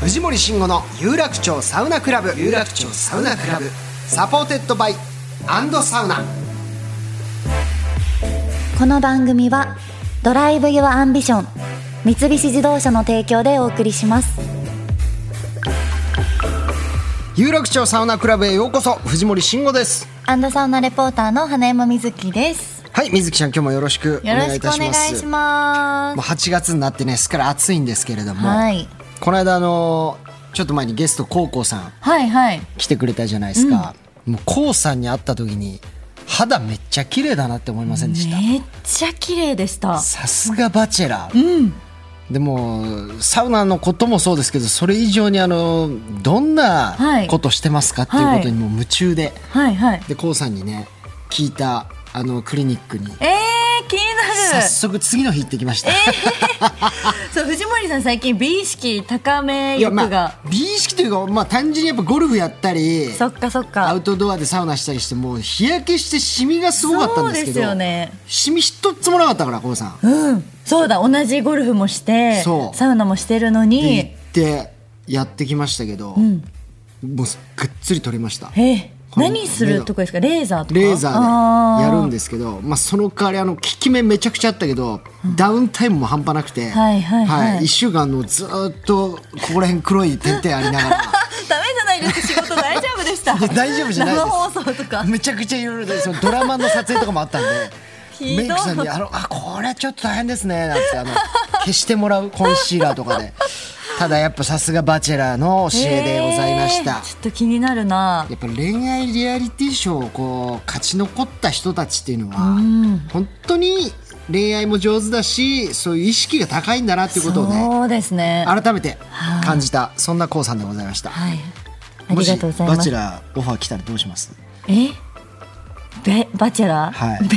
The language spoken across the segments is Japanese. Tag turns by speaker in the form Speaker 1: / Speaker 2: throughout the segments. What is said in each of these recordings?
Speaker 1: 藤森慎吾の有楽町サウナクラブ有楽町サウナクラブサポーテッドバイアンドサウナ
Speaker 2: この番組は「ドライブ・ユア・アンビション」三菱自動車の提供でお送りします
Speaker 1: 有楽町サウナクラブへようこそ藤森慎吾です
Speaker 2: アンドサウナレポーターの花山瑞希です
Speaker 1: はい水木ちゃん今日もよろしくお
Speaker 2: よろ
Speaker 1: 願い
Speaker 2: し
Speaker 1: い
Speaker 2: くお
Speaker 1: たし
Speaker 2: 願
Speaker 1: ま
Speaker 2: い
Speaker 1: す
Speaker 2: します
Speaker 1: もう8月になってねすっから暑いんですけれども、
Speaker 2: はい
Speaker 1: この間あのちょっと前にゲストコウコウさん
Speaker 2: はいはい
Speaker 1: 来てくれたじゃないですか、もうコウさんに会った時に肌めっちゃ綺麗だなって思いませんでした、
Speaker 2: めっちゃ綺麗でした
Speaker 1: さすがバチェラー、でもサウナのこともそうですけどそれ以上にあのどんな
Speaker 2: はい
Speaker 1: ことしてますかっていうことにもう夢中で、
Speaker 2: はいはい
Speaker 1: でこうさんにね聞いたあのクリニックに
Speaker 2: えー、気にな
Speaker 1: 早
Speaker 2: る
Speaker 1: 速次の日行ってきました、
Speaker 2: そう藤森さん最近美意識高め
Speaker 1: いや
Speaker 2: 欲
Speaker 1: ま
Speaker 2: が、
Speaker 1: あ美意識というか、まあ、単純にやっぱゴルフやったり
Speaker 2: そっかそっ
Speaker 1: ア
Speaker 2: か
Speaker 1: ウトドアでサウナしたりしてもう日焼けしてシミがすごかったんですけど
Speaker 2: そうですよね
Speaker 1: シミ一つもなかったからこうさん
Speaker 2: うんそうだ同じゴルフもして
Speaker 1: そう
Speaker 2: サウナもしてるの
Speaker 1: で行っ
Speaker 2: に
Speaker 1: てやってきましたけど、もうぐっつり取りました
Speaker 2: えー
Speaker 1: この
Speaker 2: 何するとこですかレーザーとか
Speaker 1: レーザーでやるん
Speaker 2: で
Speaker 1: ですけどまあ、その代わりあの効き目めちゃくちゃあったけど、ダウンタイムも半端なくて、
Speaker 2: はいはいはい
Speaker 1: 1週間のずーっとここら辺黒い点々ありなが
Speaker 2: ダメじゃないですか仕事大丈夫でした
Speaker 1: いや 大丈夫じゃないです
Speaker 2: 生放送と から
Speaker 1: めちゃくちゃいろいろでそのドラマの撮影とかもあったんで
Speaker 2: ひど
Speaker 1: メ
Speaker 2: い
Speaker 1: イクさんにあのあこれちょっと大変ですね」なんてあ の消してもらうコンシーラーとかでただやっぱさすが「バチェラー」の教えでございました。
Speaker 2: えーちょっと気になるな
Speaker 1: やっぱ恋愛リアリティショーをこう勝ち残った人たちっていうのは、本当に恋愛も上手だしそういう意識が高いんだなっていうことをね
Speaker 2: そうですね
Speaker 1: 改めて感じたそんなコウさんでございました、
Speaker 2: はいありがとうござい
Speaker 1: も
Speaker 2: ま
Speaker 1: しバチェ
Speaker 2: す
Speaker 1: ラーオファー来たらどうします
Speaker 2: えべバチェラー
Speaker 1: はい
Speaker 2: べ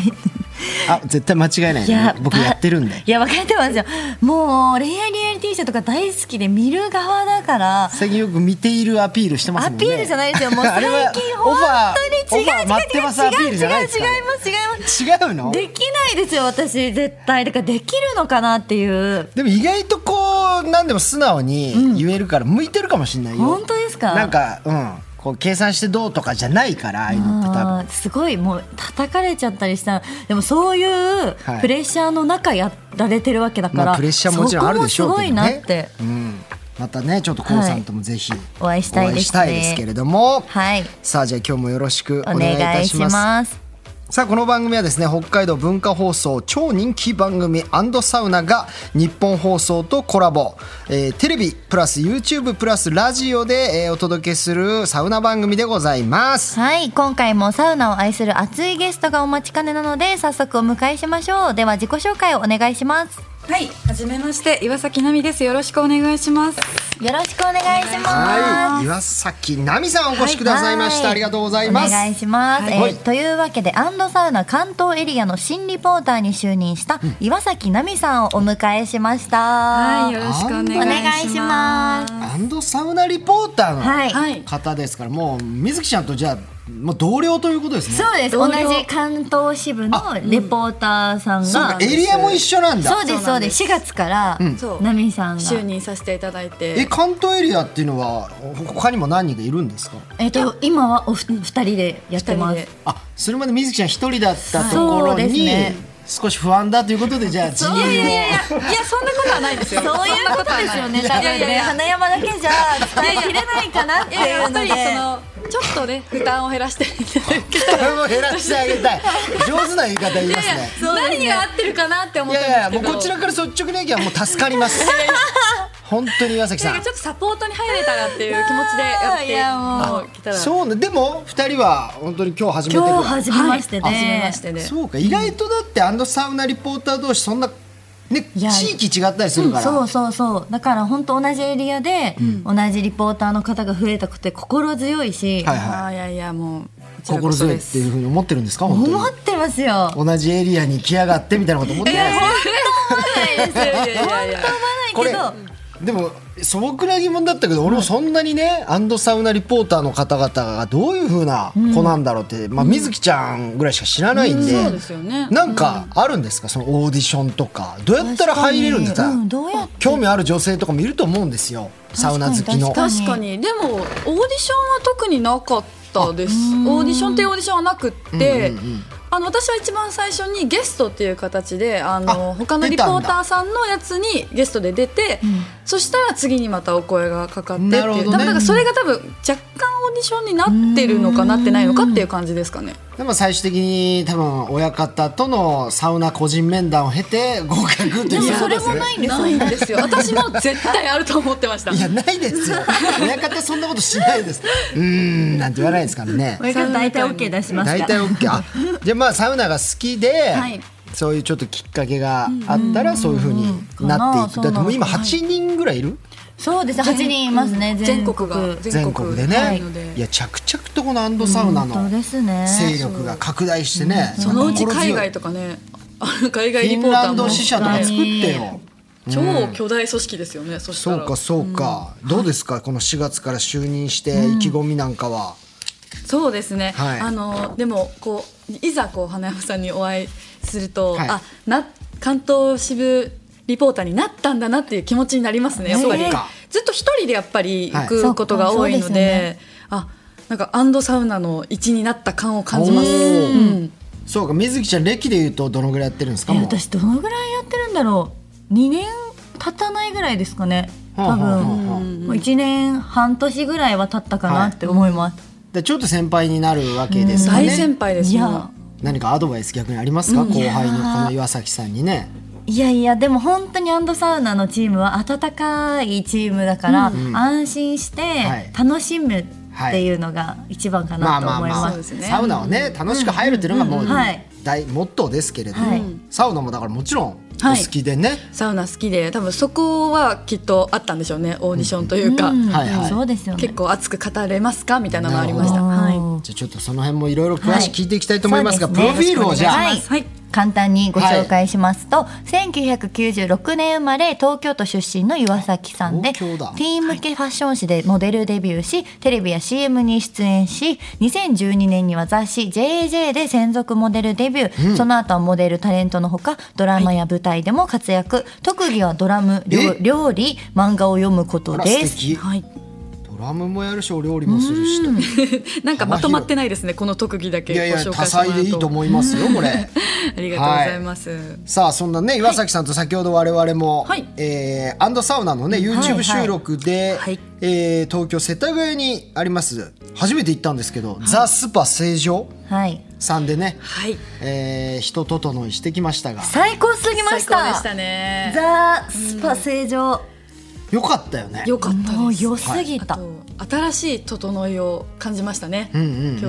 Speaker 1: あ絶対間違いない,、ね、
Speaker 2: いや
Speaker 1: 僕
Speaker 2: ば
Speaker 1: やってるんで
Speaker 2: いや分かってますよもう恋愛リアリティショーとか大好きで見る側だから
Speaker 1: 最近よく見ているアピールしてます
Speaker 2: ア
Speaker 1: もんね
Speaker 2: ピールじゃないですよもう
Speaker 1: あ
Speaker 2: 最
Speaker 1: れは
Speaker 2: 近
Speaker 1: オ
Speaker 2: 本
Speaker 1: ファ
Speaker 2: 当
Speaker 1: ー
Speaker 2: に違う
Speaker 1: オファー待ってますアピ
Speaker 2: 違う違う
Speaker 1: ール
Speaker 2: 違う違う違う
Speaker 1: じゃないですか
Speaker 2: 違います違います
Speaker 1: 違うの
Speaker 2: できないですよ私絶対だからできるのかなっていう
Speaker 1: でも意外とこう何でも素直に言えるから向いてるかもしれないよ、
Speaker 2: 本当ですか
Speaker 1: なんかうんこう計算してどうとかじゃないからああいうのって多分
Speaker 2: あーすごいもう叩かれちゃったりしたでもそういう
Speaker 1: はい
Speaker 2: プレッシャーの中やられてるわけだから、
Speaker 1: まあプレッシャーもちろんあるでしょうけどね
Speaker 2: そこもすごいなって
Speaker 1: うん、またねちょっとこうさんともぜひ、
Speaker 2: お会いしたい
Speaker 1: お
Speaker 2: ですね
Speaker 1: 会いしたいですけれども、
Speaker 2: はい
Speaker 1: さあじゃあ今日もよろしくお
Speaker 2: お
Speaker 1: 願いい
Speaker 2: 願
Speaker 1: た
Speaker 2: い
Speaker 1: し
Speaker 2: し
Speaker 1: ます
Speaker 2: ます
Speaker 1: さあこの番組はですね北海道文化放送超人気番組サウナが日本放送とコラボ、えーテレビプラス YouTube プラスラジオで、えーお届けするサウナ番組でございます
Speaker 2: はい今回もサウナを愛する熱いゲストがお待ちかねなので早速お迎えしましょうでは自己紹介をお願いします
Speaker 3: はい、はじめまして、岩崎奈美です。よろしくお願いします。
Speaker 2: よろしくお願いします
Speaker 1: はい、岩崎奈美さんお越しくださいました、
Speaker 2: はい
Speaker 1: ありがとうございます
Speaker 2: お願いします、
Speaker 1: はい
Speaker 2: えー
Speaker 1: はい
Speaker 2: というわけでアンドサウナ関東エリアの新リポーターに就任した岩崎奈美さんをお迎えしました、
Speaker 3: はい、よ
Speaker 2: お
Speaker 3: ろしくお願いします。
Speaker 2: 願いします
Speaker 1: アンドサウナリポーター
Speaker 2: はい、
Speaker 3: はい
Speaker 1: の、方ですから、もう水木ちゃんとじゃあもう同僚ということですね
Speaker 2: そうです同
Speaker 3: 同僚
Speaker 2: じ関東支部のレポーターさん
Speaker 1: そうか
Speaker 2: が、
Speaker 1: エリアも一緒なんだ
Speaker 2: そうですそうです4月から
Speaker 3: そう
Speaker 2: 奈美さんが
Speaker 3: 就任させていただい
Speaker 1: え
Speaker 3: て。
Speaker 1: 関東エリアっていうのはほ他にも何人かいるんですか
Speaker 2: えっと今はおふ二人でやってま
Speaker 3: 二
Speaker 2: す
Speaker 3: 人
Speaker 1: あそれまで水木ちゃん一人だったところ
Speaker 2: そうです
Speaker 1: に、
Speaker 2: ね
Speaker 1: 少し不安だということでじゃあ自
Speaker 3: いやいやいやい
Speaker 1: 由
Speaker 3: や、いや、そんなことはないですよ。
Speaker 2: そういうことですよね
Speaker 3: い
Speaker 2: 多分
Speaker 3: やいやいやい
Speaker 2: ね
Speaker 3: や
Speaker 2: 花山だけじゃ伝えきれないかなって
Speaker 3: いやい
Speaker 2: いう
Speaker 3: や、
Speaker 2: ので
Speaker 3: 一人その、ちょっとね、負担を減らしていただいて。
Speaker 1: を負担を減らしてあげ たい上手な言い方言いますね
Speaker 2: そうですね
Speaker 3: 何が合ってるかなって思
Speaker 1: い
Speaker 3: ったんで
Speaker 1: やいや
Speaker 3: すけ
Speaker 1: も
Speaker 3: ど。
Speaker 1: うこちらから率直な意見はもう助かります本当に岩崎さ
Speaker 3: なんか
Speaker 1: ん
Speaker 3: ちょっとサポートに入れたらっていう気持ちでやって
Speaker 2: いやもう
Speaker 3: もう来たら
Speaker 1: そうねでも二人は本当に今日初めてぐらい
Speaker 2: 今日初めましてね、
Speaker 3: はい初めましてで
Speaker 1: そうか意外とだってあのサウナリポーター同士そんなね
Speaker 2: いや
Speaker 1: 地域違ったりするから
Speaker 2: そうそうそうだから本当同じエリアで、同じリポーターの方が増えたくて心強いし、
Speaker 1: はい
Speaker 3: あ
Speaker 1: は
Speaker 3: ーいやいやもうこち
Speaker 1: い
Speaker 3: らこ
Speaker 1: 心
Speaker 3: そ
Speaker 1: 強い
Speaker 3: で
Speaker 1: って
Speaker 3: す
Speaker 1: いうふうに思ってるんですか本
Speaker 2: 思っ
Speaker 1: 当
Speaker 2: てますよ
Speaker 1: に同じエリアに来やがってみたいなこと思ってないですか
Speaker 3: いやいやいやいやいや
Speaker 1: こ
Speaker 2: 思わ
Speaker 1: れ
Speaker 2: ないけど
Speaker 1: でも素朴な疑問だったけど俺もそんなにね、アンドサウナリポーターの方々がどういうふうな子なんだろうって、まあ、水木ちゃんぐらいしか知らないんで、
Speaker 3: そうですよね
Speaker 1: なんかあるんですかそのオーディションとかどうやったら入れるんですか
Speaker 2: 確かにうんどうやって
Speaker 1: 興味ある女性とかもいると思うんですよサウナ好きの
Speaker 2: 確か
Speaker 3: 確かにでもオーディションは特になかったですオーディションっていうオーディションはなくって、あの私は一番最初にゲストっていう形であの
Speaker 1: あ
Speaker 3: 他のリポーターさんのやつにゲストで出て、そしたら次にまたお声がかかってってい
Speaker 1: なるほど
Speaker 3: う、
Speaker 1: ね
Speaker 3: 多分なんかそれが多分若干オーディションになってるのかなってないのかっていう感じですかね。
Speaker 1: でも最終的に多分親方とのサウナ個人面談を経て合格って
Speaker 2: で
Speaker 1: い
Speaker 2: も
Speaker 1: う
Speaker 2: それもないんですよ
Speaker 3: ないんですよ。私も絶対あると思ってました。
Speaker 1: いやないですよ親方そんなことしないですうーんなんて言わないですからね
Speaker 2: 親方大体 OK 出します
Speaker 1: 大
Speaker 2: か
Speaker 1: 体
Speaker 2: ら
Speaker 1: OK あじゃあまあサウナが好きで、
Speaker 3: はい
Speaker 1: そういうちょっときっかけがあったらそういうふうになっていく
Speaker 2: かな
Speaker 1: だってもう今
Speaker 2: そうなの
Speaker 1: 8人ぐらいいる、
Speaker 2: そうです8人いますね
Speaker 3: 全国が
Speaker 1: 全国でね、
Speaker 3: ないので、
Speaker 1: や着々とこのアンドサウナの
Speaker 2: 本当ですね
Speaker 1: 勢力が拡大してね、
Speaker 3: そのうち海外
Speaker 1: と
Speaker 3: とかね、あ
Speaker 1: フ
Speaker 3: の海外リ
Speaker 1: ィ
Speaker 3: ポ
Speaker 1: ン
Speaker 3: ーター
Speaker 1: ラ
Speaker 3: も
Speaker 1: ンド支社とか作ってよ
Speaker 3: 超巨大組織ですよね。そした
Speaker 1: そ
Speaker 3: ら
Speaker 1: うかそうか、どうですかこの4月から就任して意気込みなんかは、
Speaker 3: そうですね、
Speaker 1: はい
Speaker 3: あのでもこういざこう花山さんにお会いすると、
Speaker 1: はい
Speaker 3: あな関東支部リポーターになったんだなっていう気持ちになりますねやっぱり、
Speaker 1: そうか
Speaker 3: ずっと一人でやっぱり行
Speaker 1: はい
Speaker 2: そっ
Speaker 3: く
Speaker 2: か
Speaker 3: ことが多いので,、
Speaker 2: そうで
Speaker 3: あなんかアンドサウナの一になった感を感じます。
Speaker 1: お
Speaker 3: う
Speaker 1: ー
Speaker 3: ん
Speaker 1: そうか水木ちゃん歴で言うとどのぐらいやってるんですか
Speaker 2: え
Speaker 1: もう
Speaker 2: 私どのぐらいやってるんだろう2年経たないぐらいですかね多
Speaker 1: はあはあ
Speaker 2: 分
Speaker 1: はあ
Speaker 2: もう1年半年ぐらいは経ったかなって思います、
Speaker 1: でちょっと先輩になるわけですか
Speaker 3: 大
Speaker 1: ね
Speaker 3: 先輩です
Speaker 2: い
Speaker 3: ね
Speaker 2: や
Speaker 1: 何かアドバイス逆にありますか、後輩のこの岩崎さんにね
Speaker 2: いやいやでも本当にアンドサウナのチームは温かいチームだから、安心して
Speaker 1: はい
Speaker 2: 楽しむっていうのが一番か
Speaker 1: ま
Speaker 2: な
Speaker 1: あ
Speaker 2: と
Speaker 1: まあ
Speaker 2: 思い
Speaker 1: ま
Speaker 2: ま。
Speaker 1: あ、
Speaker 3: そうですすね
Speaker 1: サウナはね楽しく入るっていうのがもう
Speaker 2: うんはい
Speaker 1: 大モットーですけれども、
Speaker 2: はい
Speaker 1: サウナもだからもちろんお
Speaker 3: はい
Speaker 1: 好きでね、
Speaker 3: サウナ好きで多分そこはきっとあったんでしょうねオーディションというか、
Speaker 2: うん
Speaker 1: はいはい
Speaker 2: そうですよね。
Speaker 3: 結構熱く語れますかみたいなのがありました。
Speaker 2: な
Speaker 3: は
Speaker 2: るほど
Speaker 3: い
Speaker 1: じゃあちょっとその辺もいろいろ詳しく聞いていきたいと思いますが、
Speaker 2: はい
Speaker 1: プロフィールをじゃあ、
Speaker 2: はい
Speaker 3: はい
Speaker 2: 簡単にご紹介しますと、1996年生まれ東京都出身の岩崎さんでテ
Speaker 1: 東京だ
Speaker 2: ィーン向けファッション誌でモデルデビューし、テレビや CM に出演し2012年には雑誌「JJ」で専属モデルデビュー、その後はモデルタレントのほかドラマや舞台でも活躍、特技はドラム料
Speaker 1: え
Speaker 2: 料理漫画を読むこと
Speaker 1: あら
Speaker 2: で
Speaker 1: 素
Speaker 2: す。
Speaker 1: 敵
Speaker 3: はい
Speaker 1: ドラムもやるしお料理もするしと
Speaker 3: なんかまとまってないですね、この特技だけ
Speaker 1: い
Speaker 3: ご
Speaker 1: やいや
Speaker 3: 紹
Speaker 1: 多
Speaker 3: 介してもらう
Speaker 1: 彩
Speaker 3: と。
Speaker 1: でいいと思いますよこれ。
Speaker 3: ありがとうございます。
Speaker 1: さあそんなね岩崎さんと先ほど我々も、
Speaker 3: はい
Speaker 1: えーアンドサウナのね
Speaker 2: はいは
Speaker 1: YouTube
Speaker 2: い
Speaker 1: 収録で、
Speaker 3: はい
Speaker 1: えー東京世田谷にあります初めて行ったんですけど、ザ・スパ成城
Speaker 2: はい、
Speaker 1: さんでね、
Speaker 3: はい、
Speaker 1: えー、人ととのいしてきましたが
Speaker 2: 最高すぎま
Speaker 3: 最
Speaker 2: し
Speaker 3: 高で
Speaker 2: た。
Speaker 3: したね。
Speaker 2: ザスパ正常、
Speaker 1: よかったよね
Speaker 3: よかった
Speaker 2: もう
Speaker 3: です。
Speaker 2: 良すぎ
Speaker 3: あ
Speaker 2: た。
Speaker 3: と新しい整いを感じましたね。
Speaker 1: んうんうん
Speaker 3: 今日、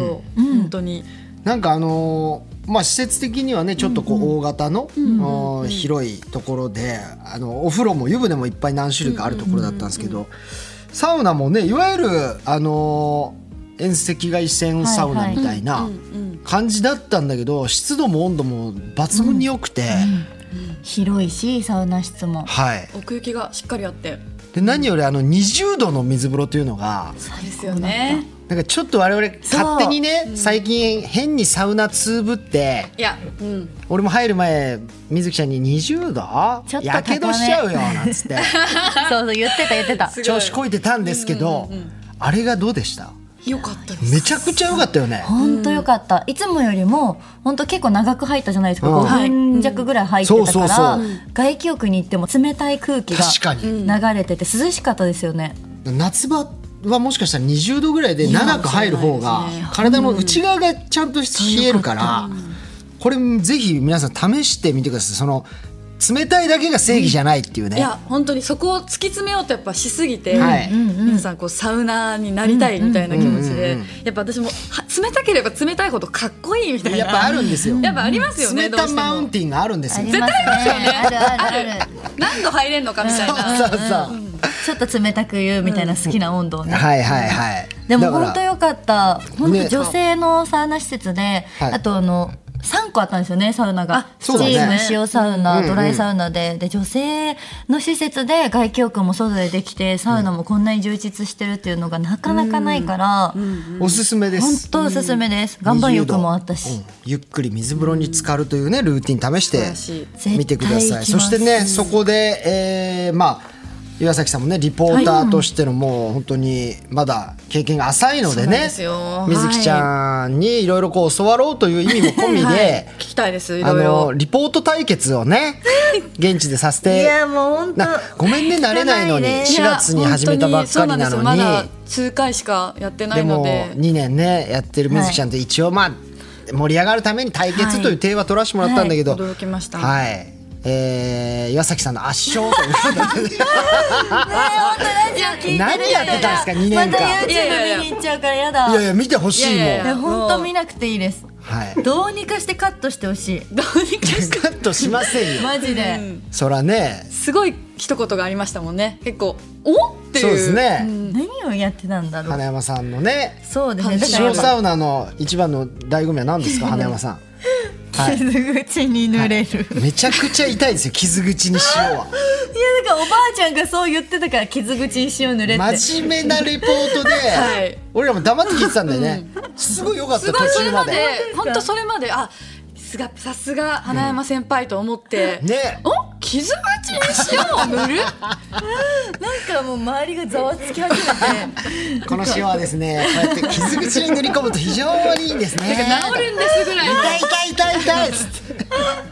Speaker 3: 本当に
Speaker 1: なんかあのーまあ施設的にはねちょっとこう大型の、うん広いところであのお風呂も湯船もいっぱい何種類かあるところだったんですけど、サウナもねいわゆるあのー遠赤外線サウナみたいな感じだったんだけど湿度も温度も抜群に良くて、
Speaker 2: 広いしサウナ室も
Speaker 1: はい
Speaker 3: 奥行きがしっかりあって。
Speaker 1: で何よりあの20度の水風呂というのが
Speaker 3: そうですよね。
Speaker 1: なんかちょっと我々
Speaker 2: そう
Speaker 1: 勝手にね最近変にサウナツーブって
Speaker 3: いや、うん、
Speaker 1: 俺も入る前水木ちゃんに20
Speaker 2: ち
Speaker 1: 度
Speaker 2: ょっと高め
Speaker 1: やけどしちゃうよなんつって
Speaker 2: そうそう言ってた言ってた
Speaker 3: すごい
Speaker 1: 調子こいてたんですけど、あれがどうでした
Speaker 3: 良かったです。
Speaker 1: めちゃくちゃ良かったよね
Speaker 2: 本当よかったいつもよりも本当結構長く入ったじゃないですか、
Speaker 1: うん
Speaker 2: 5分弱ぐらい入ってたから、
Speaker 1: はいうんそう
Speaker 2: 外気浴に行っても冷たい空気が
Speaker 1: 確かに、
Speaker 2: 流れてて涼しかったですよね、
Speaker 1: 夏場はもしかしたら20度ぐらいで長く入る方が体の内側がちゃんと冷えるからこれぜひ皆さん試してみてくださいその冷たいだけが正義じゃないっていうね、
Speaker 3: いや本当にそこを突き詰めようとやっぱしすぎて、
Speaker 1: はい
Speaker 3: 皆さんこうサウナーになりたいみたいな気持ちで、
Speaker 1: うんうんうん
Speaker 3: やっぱ私もは冷たければ冷たいほどかっこいいみたいな
Speaker 1: やっぱあるんですよ
Speaker 3: やっぱありますよね
Speaker 1: 冷
Speaker 3: どう
Speaker 1: た
Speaker 3: しても
Speaker 1: マウンティンがあるんです
Speaker 2: あ
Speaker 1: よ
Speaker 2: りますね。あるあるある。
Speaker 3: 何度入れんのかみたいな
Speaker 1: そうそうそう
Speaker 2: ちょっと冷たく言うみたいな好きな温度をね。
Speaker 1: はいはいはい
Speaker 2: でも
Speaker 1: だから
Speaker 2: 本当良かった。本
Speaker 1: ね
Speaker 2: 当女性のサウナ施設で、
Speaker 1: はい
Speaker 2: あとあの三個あったんですよねサウナが。スチ
Speaker 1: そうだね
Speaker 2: ーム塩サウナ、
Speaker 1: うん
Speaker 2: ドライサウナで、で女性の施設で外気浴も外でできて、サウナもこんなに充実してるっていうのがなかなかないから、
Speaker 1: おすすめです
Speaker 2: 本当おすすめです。岩盤浴もあった
Speaker 1: うん
Speaker 2: し。
Speaker 1: ゆっくり水風呂に浸かるというねルーティン試して
Speaker 3: し
Speaker 1: みてくだ
Speaker 2: 絶
Speaker 1: さ
Speaker 2: 対
Speaker 1: い
Speaker 2: 行き
Speaker 1: そ
Speaker 2: ます
Speaker 1: してねそこで、えーまあ岩崎さんもねリポーターとしてのもう本当にまだ経験が浅いので
Speaker 3: そうなん
Speaker 1: ね、
Speaker 3: ですよ
Speaker 1: 水木ちゃんにいろいろこう教わろうという意味も込みで、
Speaker 3: 聞きたいですい
Speaker 1: あ
Speaker 3: ろい
Speaker 1: の
Speaker 3: ろ
Speaker 1: リポート対決をね現地でさせ
Speaker 2: い
Speaker 1: て
Speaker 2: やもう本当
Speaker 1: な。ごめんね慣れないのに
Speaker 2: 聞かないね
Speaker 1: 4月に始めたばっかりなのに
Speaker 3: いや本当にそうなんですよまだ数回しかやってな
Speaker 1: で
Speaker 3: いの
Speaker 1: も
Speaker 3: で
Speaker 1: 2年ねやってる水木ちゃんと一応まあ盛り上がるために対決というテーマ取らせてもらったんだけど、
Speaker 3: 驚きました、
Speaker 1: はい。えー、岩崎さんの圧勝という ことで何やってたんですか2年
Speaker 2: また
Speaker 1: 間
Speaker 2: YouTube
Speaker 1: い
Speaker 3: いやいやいや
Speaker 2: 見に行っちゃうからやだ。
Speaker 1: やいや見てほしいもん
Speaker 3: いやいやいや
Speaker 2: 本当見なくていいです。
Speaker 1: はい
Speaker 2: どうにかしてカットしてほしい。
Speaker 3: どうにかして
Speaker 1: カットしませんよ
Speaker 2: マジで。
Speaker 1: そらね
Speaker 3: すごい一言がありましたもんね結構おっていう
Speaker 1: そうですね、
Speaker 2: 何をやってたんだろう。
Speaker 1: 花山さんのね
Speaker 2: そうですね。だから
Speaker 1: 塩サウナの一番の醍醐味は何 ですか花山さんはい
Speaker 2: 傷口に濡れる、い、
Speaker 1: めちゃくちゃ痛いですよ傷口に塩は
Speaker 2: やだからおばあちゃんがそう言ってたから傷口に塩濡れって
Speaker 1: 真面目なレポートで、
Speaker 3: はい
Speaker 1: 俺らも黙って聞いてたんだよね、すごい良かった
Speaker 3: す
Speaker 1: 途
Speaker 3: ごいそ
Speaker 1: 中
Speaker 3: れ
Speaker 1: ま
Speaker 3: ま
Speaker 1: で
Speaker 3: で本当それまであすがさすが花山先輩と思って、
Speaker 1: ね
Speaker 3: お傷口に塩を塗る
Speaker 2: なんかもう周りがざわつき始めて
Speaker 1: この塩はですねこうやって傷口に塗り込むと非常にいいんですね
Speaker 3: 治るんですぐらいの
Speaker 1: 痛い痛い痛い痛いっつ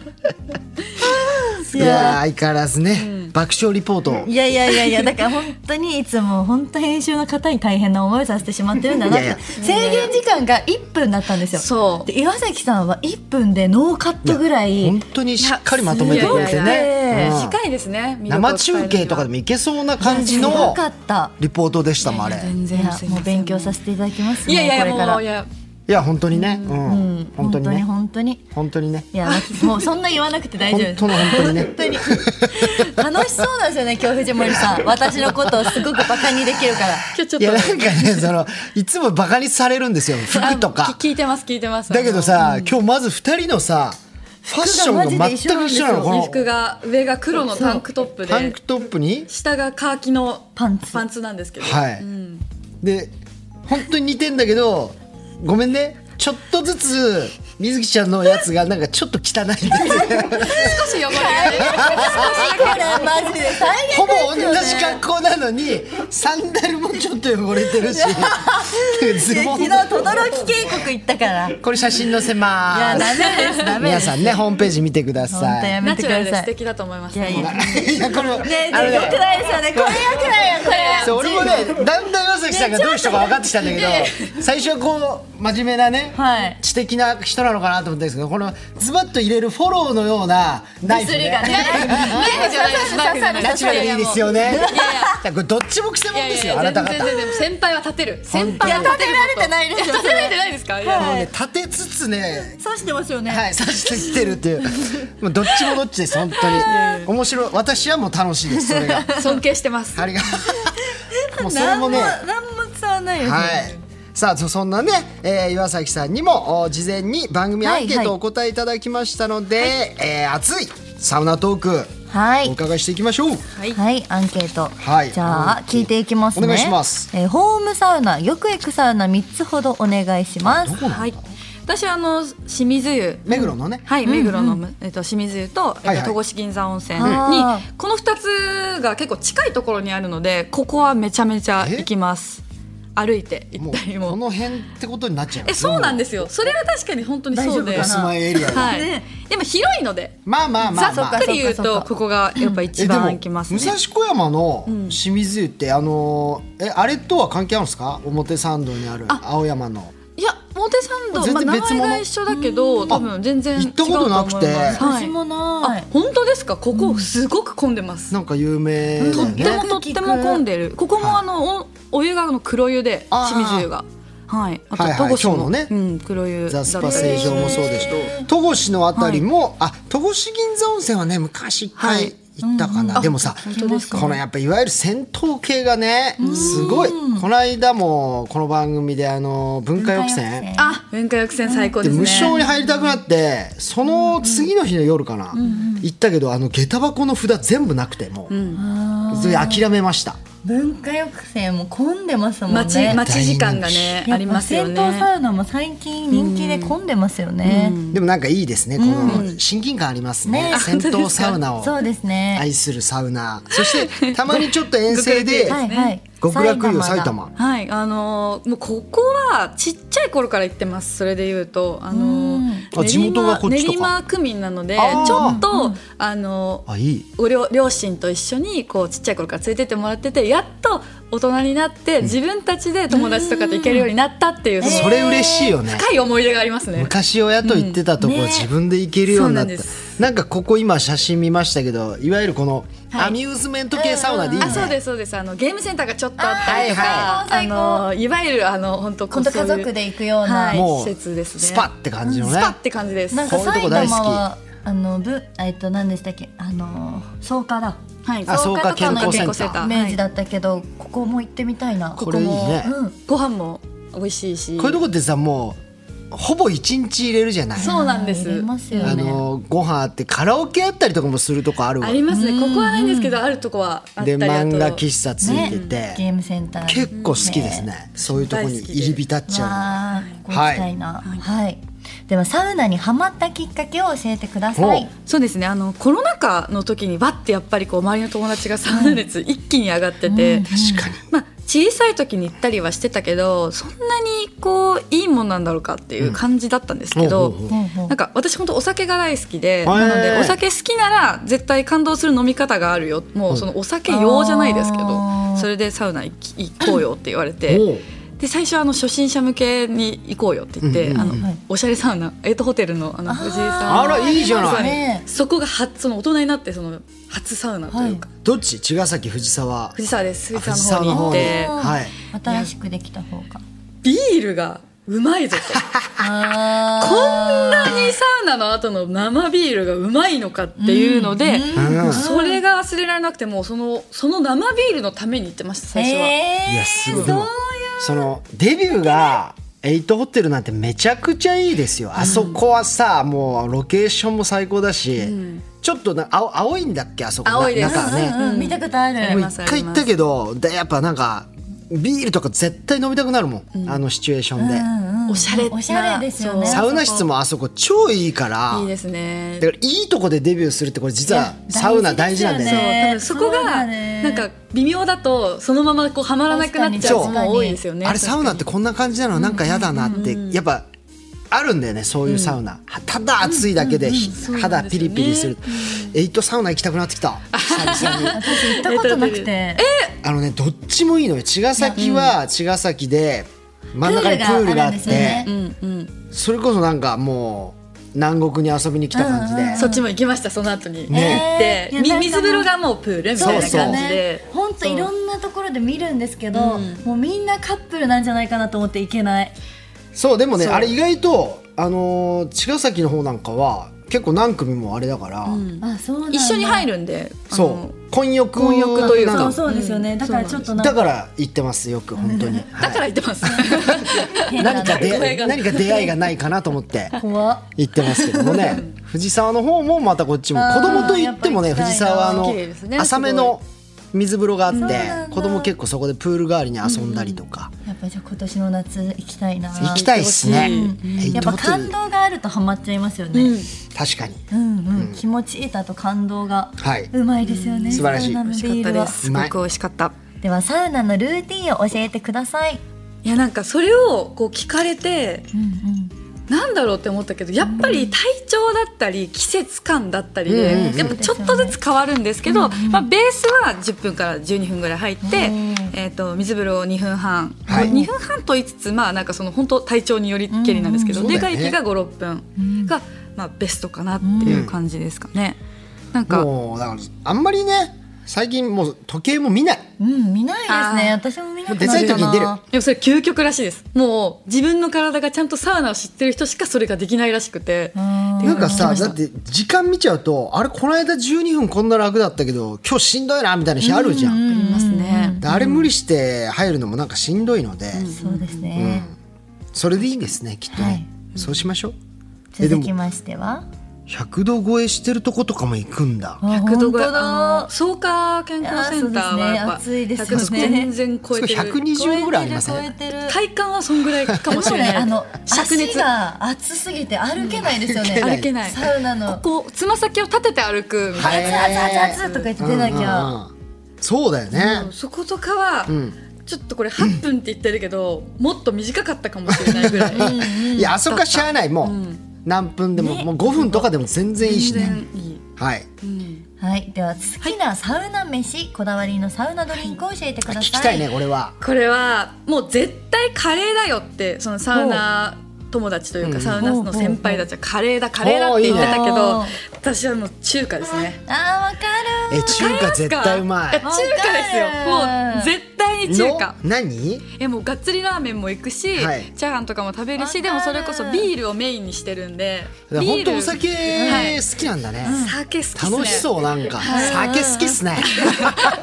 Speaker 1: っていやー相変わらずね、爆笑リポートを
Speaker 2: いやいやいやいやだから本当にいつも本当編集の方に大変な思いをさせてしまってるんだなって
Speaker 1: いやいや
Speaker 2: 制限時間が1分だったんですよ
Speaker 3: そう
Speaker 2: で岩崎さんは1分でノーカットぐらい
Speaker 1: 本当にしっかりまとめてくれて
Speaker 2: いや
Speaker 1: ね
Speaker 2: いやいや
Speaker 1: うん
Speaker 3: 近いですね魅力
Speaker 1: 生
Speaker 3: を伝えるには
Speaker 1: 中継とかでもいけそうな感じ
Speaker 2: す
Speaker 1: の
Speaker 2: ごかった
Speaker 1: リポートでしたもんあれ
Speaker 3: 全
Speaker 2: い
Speaker 3: 然
Speaker 2: や
Speaker 3: すいま
Speaker 2: も
Speaker 3: せ
Speaker 2: うん勉強させていただきます
Speaker 3: いやいや
Speaker 2: もうこれから
Speaker 3: もういや
Speaker 1: いや本当にね、うん本当にね
Speaker 2: 本当に
Speaker 1: 本当にね
Speaker 2: いやもうそんな言わなくて大丈
Speaker 1: 本当
Speaker 2: 夫です
Speaker 1: の本当にね
Speaker 2: 本当に楽しそうなんですよね今日藤 森さん私のことをすごくバカにできるから
Speaker 3: 今日ちょっ
Speaker 1: いや
Speaker 3: と
Speaker 1: なんかねそのいつもバカにされるんですよ服と
Speaker 3: あ
Speaker 1: か
Speaker 3: き聞いてます聞いてます
Speaker 1: だけどさ、今日まず二人のさファッションが全く一緒なのこ
Speaker 3: 洋
Speaker 1: の
Speaker 3: 服が上が黒のタンクトップ
Speaker 1: タン
Speaker 3: で
Speaker 1: クトップに
Speaker 3: 下がカーキの
Speaker 2: パンツ
Speaker 3: パンツなんですけど
Speaker 1: はい、で本当に似てんだけどごめんねちょっとずつ水木ちゃんのやつがなんかちょっと汚いんです よ
Speaker 3: 少し汚れがね
Speaker 2: これマジで最悪
Speaker 1: ほぼ同じ格好なのにサンダルもちょっと汚れてる しズボ
Speaker 2: 昨
Speaker 1: ン
Speaker 2: 日轟渓谷行ったからい
Speaker 1: これ写真載せま
Speaker 2: や
Speaker 1: ー
Speaker 2: ダ
Speaker 1: す
Speaker 2: メですダメで
Speaker 1: 皆
Speaker 2: す
Speaker 1: さんねホームページ見てくだ
Speaker 2: 本当
Speaker 1: さい
Speaker 2: やめ
Speaker 3: ナ
Speaker 2: てく
Speaker 3: チュラ
Speaker 2: だ
Speaker 3: ルで
Speaker 2: さ
Speaker 3: 素
Speaker 2: い
Speaker 3: 敵だと思います
Speaker 2: いやいや
Speaker 1: いやこれも
Speaker 2: ね
Speaker 1: あの
Speaker 2: えよくないですよねこれよくないよこれ
Speaker 1: そう俺もねだんだん岩崎さんがどういう人か分かってきたんだけど
Speaker 3: ね
Speaker 1: 最初はこう真面目なね、
Speaker 2: はい
Speaker 1: 知的な人なのかなと思ったんですけどこのズバッと入れるフォローのようなナイフ、
Speaker 2: 薬がね
Speaker 1: ね、
Speaker 3: ナイフじゃないですナイフじゃないです
Speaker 1: ナチュラルでいいですよねだからこれどっちもくせ
Speaker 3: い
Speaker 1: もん
Speaker 3: やい
Speaker 1: です
Speaker 3: や
Speaker 1: よあなた方
Speaker 3: 全然全然先輩は立てる
Speaker 1: 当に
Speaker 3: 先輩は立てる
Speaker 2: いや立
Speaker 3: こと
Speaker 2: てられてないですよ
Speaker 3: や立てられてないですかいや
Speaker 1: もうね立てつつね
Speaker 2: 刺してますよね、
Speaker 1: はい刺してきてるっていうもうどっちもどっちです本当に面白い私はもう楽しいですそれが
Speaker 3: 尊敬してます
Speaker 1: ありが とうもうそれもね
Speaker 2: 何も伝わんないよね、
Speaker 1: はい。さあそそんなね、えー岩崎さんにもお事前に番組アンケートをお答えいただきましたので、えー熱いサウナトーク
Speaker 2: はい
Speaker 1: お伺いしていきましょう。
Speaker 3: はい
Speaker 2: はい、アンケート。
Speaker 1: はい
Speaker 2: じゃあ、聞いていきますね。
Speaker 1: お願いします
Speaker 2: えーホームサウナ、よく行くサウナ3つほどお願いします。
Speaker 3: はい私はあの清水湯
Speaker 1: 目黒のね、
Speaker 3: はい、目黒の、えっと、清水湯と、え
Speaker 1: はい
Speaker 3: っ
Speaker 1: はい
Speaker 3: と、戸越銀山温泉に、
Speaker 2: あー
Speaker 3: この2つが結構近いところにあるのでここはめちゃめちゃ行きます歩いて行
Speaker 1: も
Speaker 3: っ
Speaker 1: う
Speaker 3: たり
Speaker 1: こ
Speaker 3: も
Speaker 1: の辺ってことになっちゃう。
Speaker 3: えそうなん
Speaker 1: で
Speaker 3: ですよそれは確かに本当にそう
Speaker 2: 大丈夫
Speaker 3: で
Speaker 1: お
Speaker 2: か
Speaker 1: 住まいエリアが。
Speaker 3: はい
Speaker 2: ね
Speaker 3: でも広いので
Speaker 1: まあまあまあ
Speaker 3: ざ
Speaker 1: ま
Speaker 3: っ
Speaker 1: あ。
Speaker 3: くり言う
Speaker 2: そっかそっ
Speaker 3: と
Speaker 2: か
Speaker 3: ここがやっぱ一番行きますね
Speaker 1: 武蔵小山の清水湯って、あのーえあれとは関係あるんですか表参道にある青山の
Speaker 3: いやも表参道、
Speaker 1: 全
Speaker 3: まあ、
Speaker 1: 然
Speaker 3: 名
Speaker 1: 別
Speaker 3: 前
Speaker 1: 物
Speaker 3: が一緒だけど多分全然
Speaker 1: 行ったことなくて
Speaker 3: 違う思いますはい
Speaker 2: 私もな
Speaker 3: あ
Speaker 2: い
Speaker 3: 本当ですかここすごく混んでます、
Speaker 1: なんか有名だ
Speaker 3: と
Speaker 1: よ
Speaker 3: って
Speaker 1: ね
Speaker 3: もとっても混んでるここもあのおお湯があの黒湯で
Speaker 1: あー
Speaker 3: 清水湯がはいあと
Speaker 1: はいはい
Speaker 3: 戸越
Speaker 1: 今日の
Speaker 3: も
Speaker 1: ね
Speaker 3: うん黒湯
Speaker 1: ザスパ
Speaker 3: だった
Speaker 1: 成
Speaker 3: り
Speaker 1: 城もそうでし戸越のあたりも、あ戸越銀座温泉はね昔一
Speaker 3: は
Speaker 1: 回
Speaker 3: い
Speaker 1: 行ったかな、でもさ
Speaker 3: 本当ですか
Speaker 1: このやっぱいわゆる戦闘系がねすごいこの間もこの番組であの文化
Speaker 2: 文
Speaker 1: 浴
Speaker 2: 化
Speaker 1: 船
Speaker 2: 浴船
Speaker 3: あ文化浴船最高
Speaker 1: で
Speaker 3: ですね
Speaker 1: 無償に入りたくなってその次の日の夜かな、行ったけどあの下駄箱の札全部なくてもう、それ諦めました
Speaker 2: 文化浴船も混んでますもんね
Speaker 3: 待ち待ち時間がね
Speaker 2: やっぱ
Speaker 3: ありますよね
Speaker 2: 銭湯サウナも最近人気で混んでますよね、
Speaker 1: でもなんかいいですねこの親近感ありますね,、
Speaker 2: ねあ
Speaker 1: 戦闘サウナを
Speaker 2: そうですね
Speaker 1: 愛するサウナそしてたまにちょっと遠征で
Speaker 2: はいはい
Speaker 1: 極楽湯埼
Speaker 2: だ
Speaker 1: 玉
Speaker 3: はいあのーもうここはちっちゃい頃から行ってますそれで言うとあのー
Speaker 1: あ地元がこっちとか
Speaker 3: 練馬練馬区民なので
Speaker 1: あー
Speaker 3: ちょっとあのー
Speaker 1: あいい
Speaker 3: ご両両親と一緒にこうちっちゃい頃から連れてってもらっててやっと大人になって自分たちで友達とかと行けるようになったっていう、そ
Speaker 1: そ
Speaker 3: の
Speaker 1: れ嬉しいよね、
Speaker 3: 深い思い出がありますね。
Speaker 1: 昔親と行ってたとこ、
Speaker 2: うんね
Speaker 1: 自分で行けるようになった
Speaker 3: そう
Speaker 1: な
Speaker 3: なん
Speaker 1: ん
Speaker 3: で
Speaker 1: かここ今写真見ましたけどいわゆるこの
Speaker 2: はい
Speaker 1: アミューズメント系サウナでいいね、
Speaker 3: あそうですそうですあのゲームセンターがちょっとあったりと
Speaker 1: あ
Speaker 3: か
Speaker 2: ー最高最高
Speaker 3: あのーいわゆるあの本当
Speaker 2: 今度家族で行くような、
Speaker 3: はい
Speaker 1: もう
Speaker 3: 施設ですね
Speaker 1: スパって感じのね、
Speaker 3: スパって感じです。
Speaker 2: なんか
Speaker 1: こういうと
Speaker 2: 埼
Speaker 1: こ
Speaker 2: 玉
Speaker 1: 大好き
Speaker 2: はあのぶえっと何でしたっけあの草加だ
Speaker 3: はい
Speaker 1: あそうか健康センター
Speaker 2: イメージだったけど、ここも行ってみたいな
Speaker 1: これいいね
Speaker 2: うん
Speaker 3: ご飯も美味しいし。
Speaker 1: こういうとこってさもうほぼ一日入れるじゃない
Speaker 3: そうなんです
Speaker 2: ありますよね
Speaker 1: あのご飯あってカラオケあったりとかもするとこあるわ
Speaker 3: ありますね。ここはないんですけど、あるとこはあったり
Speaker 1: で
Speaker 3: あと。
Speaker 1: 漫画喫茶ついてて、
Speaker 2: ゲームセンター
Speaker 1: 結構好きですねそういうとこに入り浸っちゃ
Speaker 2: わあここ行きたいなはい、ではサウナにハマったきっかけを教えてください
Speaker 3: そうですねあのコロナ禍の時にわってやっぱりこう周りの友達がサウナ熱一気に上がってて、
Speaker 1: う確かに
Speaker 3: まあ、小さい時に行ったりはしてたけどそんなにこういいもんなんだろうかっていう感じだったんですけど、
Speaker 1: うんおうおうおう
Speaker 2: ほうほう
Speaker 3: なんか私本当お酒が大好きで、
Speaker 1: へー
Speaker 3: なのでお酒好きなら絶対感動する飲み方があるよもうそのお酒用じゃないですけど
Speaker 2: あー
Speaker 3: それでサウナ行き行こうよって言われて
Speaker 1: おう
Speaker 3: で最初あの初心者向けに行こうよって言って、
Speaker 1: うんうん
Speaker 3: あ
Speaker 1: うん
Speaker 3: のおしゃれサウナエイトホテルのあの藤井さん
Speaker 1: あらいいじゃない
Speaker 2: ね
Speaker 3: そこが初その大人になってその初サウナというか、
Speaker 1: どっち茅ヶ崎藤沢
Speaker 3: 藤沢です
Speaker 1: あ
Speaker 3: 藤沢の方に行っ
Speaker 1: 藤
Speaker 3: て
Speaker 1: 沢の方にはい
Speaker 2: 新しくできた方が
Speaker 3: ビールがうまいぞと
Speaker 2: あ
Speaker 3: こんなにサウナの後の生ビールがうまいのかっていうので、
Speaker 1: うん
Speaker 3: それが忘れられなくてもうそのその生ビールのために行ってました最初は。
Speaker 2: えー、
Speaker 1: いやすごいで
Speaker 2: そう
Speaker 1: もそのデビューがエイトホテルなんてめちゃくちゃいいですよあそこはさ、もうロケーションも最高だし、ちょっとな青青いんだっけあそこな
Speaker 3: 青いです
Speaker 1: 中ね、
Speaker 2: うんうん見たことある
Speaker 3: あり
Speaker 1: もう
Speaker 3: ま
Speaker 1: 一
Speaker 3: す
Speaker 1: 回行ったけどでやっぱなんかビールとか絶対飲みたくなるもん、あのシチュエーションで、
Speaker 2: うんうん
Speaker 3: おしゃれな
Speaker 2: おしゃれですよね
Speaker 3: そう
Speaker 1: サウナ室もあそこ超いいから
Speaker 3: いいですね
Speaker 1: だからいいとこでデビューするってこれ実はサウナ大事なんだよ
Speaker 2: 大事ですよ
Speaker 1: ね
Speaker 2: ね
Speaker 3: 多分そこ
Speaker 2: そうだ
Speaker 3: が
Speaker 2: ね
Speaker 3: なんか微妙だとそのままこうはまらなくなっちゃう
Speaker 1: 確
Speaker 3: 人
Speaker 1: か
Speaker 2: に
Speaker 3: も多いですよね。
Speaker 1: あれサウナってこんな感じなのなんか嫌だなってやっぱあるんだよねそういうサウナ、はただ暑いだけでひ
Speaker 3: うな
Speaker 1: 肌
Speaker 3: んです
Speaker 1: ピ
Speaker 3: よね
Speaker 1: リピリするエイトサウナ行きたくなってきた久々に
Speaker 2: 私行ったことなくてえ
Speaker 1: あのねどっちもいいのよ茅ヶ崎は茅ヶ崎で真ん中にプールがあって
Speaker 2: プールがあるんですよね
Speaker 3: うんうん、
Speaker 1: それこそなんかもう南国に遊びに来た感じで、
Speaker 3: そっちも行きましたその後に、
Speaker 2: ね
Speaker 3: ね、行って
Speaker 2: えー
Speaker 3: み水風呂がもうプールみたいな感じで
Speaker 2: 本当いろんなところで見るんですけど、もうみんなカップルなんじゃないかなと思って行けない
Speaker 1: そうでもね
Speaker 3: そう
Speaker 1: あれ意外とあのー茅ヶ崎の方なんかは結構何組もあれだから、
Speaker 2: あそうなんだ
Speaker 3: 一緒に入
Speaker 2: る
Speaker 3: るんであの
Speaker 1: そう混浴
Speaker 3: 混浴というか
Speaker 1: な
Speaker 2: そ
Speaker 1: ん
Speaker 2: うそうですよね、だからちょっとなん
Speaker 1: だから行ってますよく本 当に、
Speaker 3: だから行ってます、
Speaker 2: 変な
Speaker 1: 何か
Speaker 3: ごめ
Speaker 1: で
Speaker 3: んごめん
Speaker 1: 何か出会いがないかなと思って
Speaker 2: 怖っ
Speaker 1: 行ってますけども ね藤沢の方もまたこっちも
Speaker 2: あー
Speaker 1: 子供と行ってもね
Speaker 2: やっぱ
Speaker 1: 藤
Speaker 2: 行きたいな
Speaker 1: 沢はあの
Speaker 3: 綺麗ですね
Speaker 1: 浅めの水風呂があって
Speaker 2: そうなんだ
Speaker 1: 子供結構そこでプール代わりに遊んだりとか、
Speaker 2: やっぱじゃあ今年の夏行きたいな
Speaker 1: 行きたいっすね、
Speaker 2: うん
Speaker 1: え
Speaker 2: やっぱ
Speaker 1: 行っても
Speaker 2: 感動があるとハマっちゃいますよね、うん
Speaker 1: 確かに
Speaker 2: うん気持ちいいとあと感動が
Speaker 1: はい、
Speaker 2: うまいですよね、
Speaker 1: 素晴らしい
Speaker 2: サウナの
Speaker 3: 美味し
Speaker 2: ビー
Speaker 3: かっ
Speaker 2: ル
Speaker 3: た
Speaker 2: は
Speaker 3: です
Speaker 1: う
Speaker 3: す
Speaker 1: まい
Speaker 3: ごく美味しかった
Speaker 2: ではサウナのルーティンを教えてください
Speaker 3: いやなんかそれをこう聞かれて
Speaker 2: うん
Speaker 3: なんだろうって思ったけどやっぱり体調だったり季節感だったりで、
Speaker 1: うんうんうん
Speaker 3: やっぱちょっとずつ変わるんですけど、まあ、ベースは10分から12分ぐらい入って、
Speaker 2: うん
Speaker 3: えー、と水風呂2分半、
Speaker 1: はい
Speaker 3: 2分半と言いつつまあなんかその本当体調によりけりなんですけど、
Speaker 1: うんうん
Speaker 3: で
Speaker 1: そうだ
Speaker 3: 外
Speaker 1: よね
Speaker 3: 気が56分が、まあ、ベストかなっていう感じですかね。なんか
Speaker 1: もうだからあんまりね最近もう時計も見ない
Speaker 2: うん、見ないですね。
Speaker 3: あ
Speaker 2: 私も見なく
Speaker 1: 出
Speaker 2: な
Speaker 1: た
Speaker 2: っ
Speaker 1: い
Speaker 2: た
Speaker 1: 時に出る
Speaker 2: な。
Speaker 3: でもそれ究極らしいですもう自分の体がちゃんとサウナを知ってる人しかそれができないらしくて
Speaker 2: ん
Speaker 1: なんか
Speaker 3: っ
Speaker 1: さ
Speaker 3: ていうのを聞きました
Speaker 1: だって時間見ちゃうとあれこの間12分こんな楽だったけど今日しんどいなみたいな日あるじゃん、
Speaker 3: ありますね、
Speaker 1: であれ無理して入るのもなんかしんどいので、
Speaker 2: そうですね。
Speaker 1: それでいいですねきっとね、
Speaker 2: はい
Speaker 1: そうしましょうえで
Speaker 2: 続
Speaker 1: も
Speaker 2: きましては。
Speaker 1: 100度超えしてるとことかも行くんだ
Speaker 2: あ
Speaker 3: 100度
Speaker 2: 本
Speaker 3: ぐらい
Speaker 2: 当
Speaker 3: あの
Speaker 2: だ。
Speaker 3: 草加健康センターはやっぱ、
Speaker 2: そうですね暑いですよね
Speaker 3: 100度全然超えて
Speaker 1: すご
Speaker 3: る
Speaker 1: い120ぐらいあります
Speaker 2: 超え
Speaker 1: ね
Speaker 2: てる。超えてる
Speaker 3: 体感はそんぐらいかもしれない
Speaker 2: でもね、あの
Speaker 3: 灼
Speaker 2: 足
Speaker 3: 熱
Speaker 2: が暑すぎて歩けないですよね。
Speaker 3: 歩けない
Speaker 2: サウナの。
Speaker 3: こうつま先を立てて歩くみたい
Speaker 2: 熱
Speaker 1: はい
Speaker 2: 熱熱熱とか言って出なき
Speaker 1: うん
Speaker 2: ゃ。
Speaker 1: うんうんそうだよ
Speaker 3: な、
Speaker 1: ね
Speaker 3: そことかは、
Speaker 1: ん
Speaker 3: ちょっとこれ8分って言ってるけど、もっと短かったかもしれないぐらい
Speaker 1: いやあそこはしゃあないもう、何分でも、もう5分とかでも全然いいし
Speaker 3: 全
Speaker 1: ね
Speaker 3: 然いい、
Speaker 1: はい
Speaker 3: うん
Speaker 2: はい、では好きなサウナ飯、こだわりのサウナドリンクを教えてくださ
Speaker 1: 聞
Speaker 2: い。
Speaker 1: きたいねこれは
Speaker 3: これはもう絶対カレーだよってそのサウナ友達というかサウナの先輩たちはカレーだカレーだって言ってたけ
Speaker 2: お
Speaker 3: ど
Speaker 2: ーいいね
Speaker 3: 私はもう中華ですね
Speaker 2: あー、わかる。
Speaker 1: え中華絶対うま
Speaker 3: え
Speaker 1: い
Speaker 3: 中華ですよ
Speaker 2: わかる
Speaker 3: もう絶対に中華
Speaker 1: の何
Speaker 3: えもうがっつりラーメンも行くし、
Speaker 1: はい
Speaker 3: チャーハンとかも食べるし
Speaker 2: わかる
Speaker 3: でもそれこそビールをメインにしてるんでビー
Speaker 1: 本
Speaker 3: ル
Speaker 1: 当お酒
Speaker 3: はい
Speaker 1: 好きなんだね、
Speaker 3: 酒好きっすね
Speaker 1: 楽しそうなんか酒好きっすね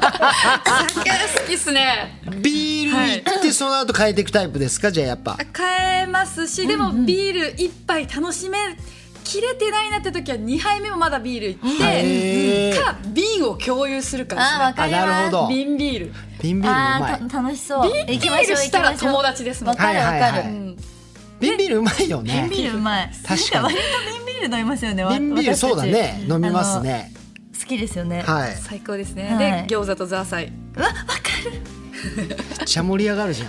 Speaker 3: 酒好きっすね
Speaker 1: ビール行ってその後変えていくタイプですかじゃあやっぱ
Speaker 3: 買えますしでもビール一杯楽しめ切れてないなって時は2杯目もまだビールいって、
Speaker 1: へー
Speaker 3: か瓶を共有するか
Speaker 2: あー、わ
Speaker 3: で
Speaker 2: かります。
Speaker 1: あなるほど
Speaker 3: すね瓶ビール
Speaker 1: ピンビールうま
Speaker 2: あ
Speaker 1: い
Speaker 2: ーた楽しそう。行きましょう
Speaker 3: ビールしたら
Speaker 2: 行きましょう
Speaker 3: 友達ですもん
Speaker 2: わかるわか
Speaker 1: はいはいは
Speaker 2: る
Speaker 1: い。
Speaker 3: うん
Speaker 1: ピンビールうまいよ
Speaker 2: 瓶
Speaker 1: ね
Speaker 2: ビールうまい。
Speaker 1: 確かに
Speaker 2: なん割と瓶ビール飲みますよね。わ
Speaker 1: ピンビール
Speaker 2: 私たち
Speaker 1: そうだね飲みますね
Speaker 2: 好きですよね。
Speaker 1: はいめ
Speaker 3: 最高ですね、
Speaker 2: はい
Speaker 3: で餃子とザーサイ
Speaker 2: うわわかる。
Speaker 1: っちゃ盛り上がるじゃん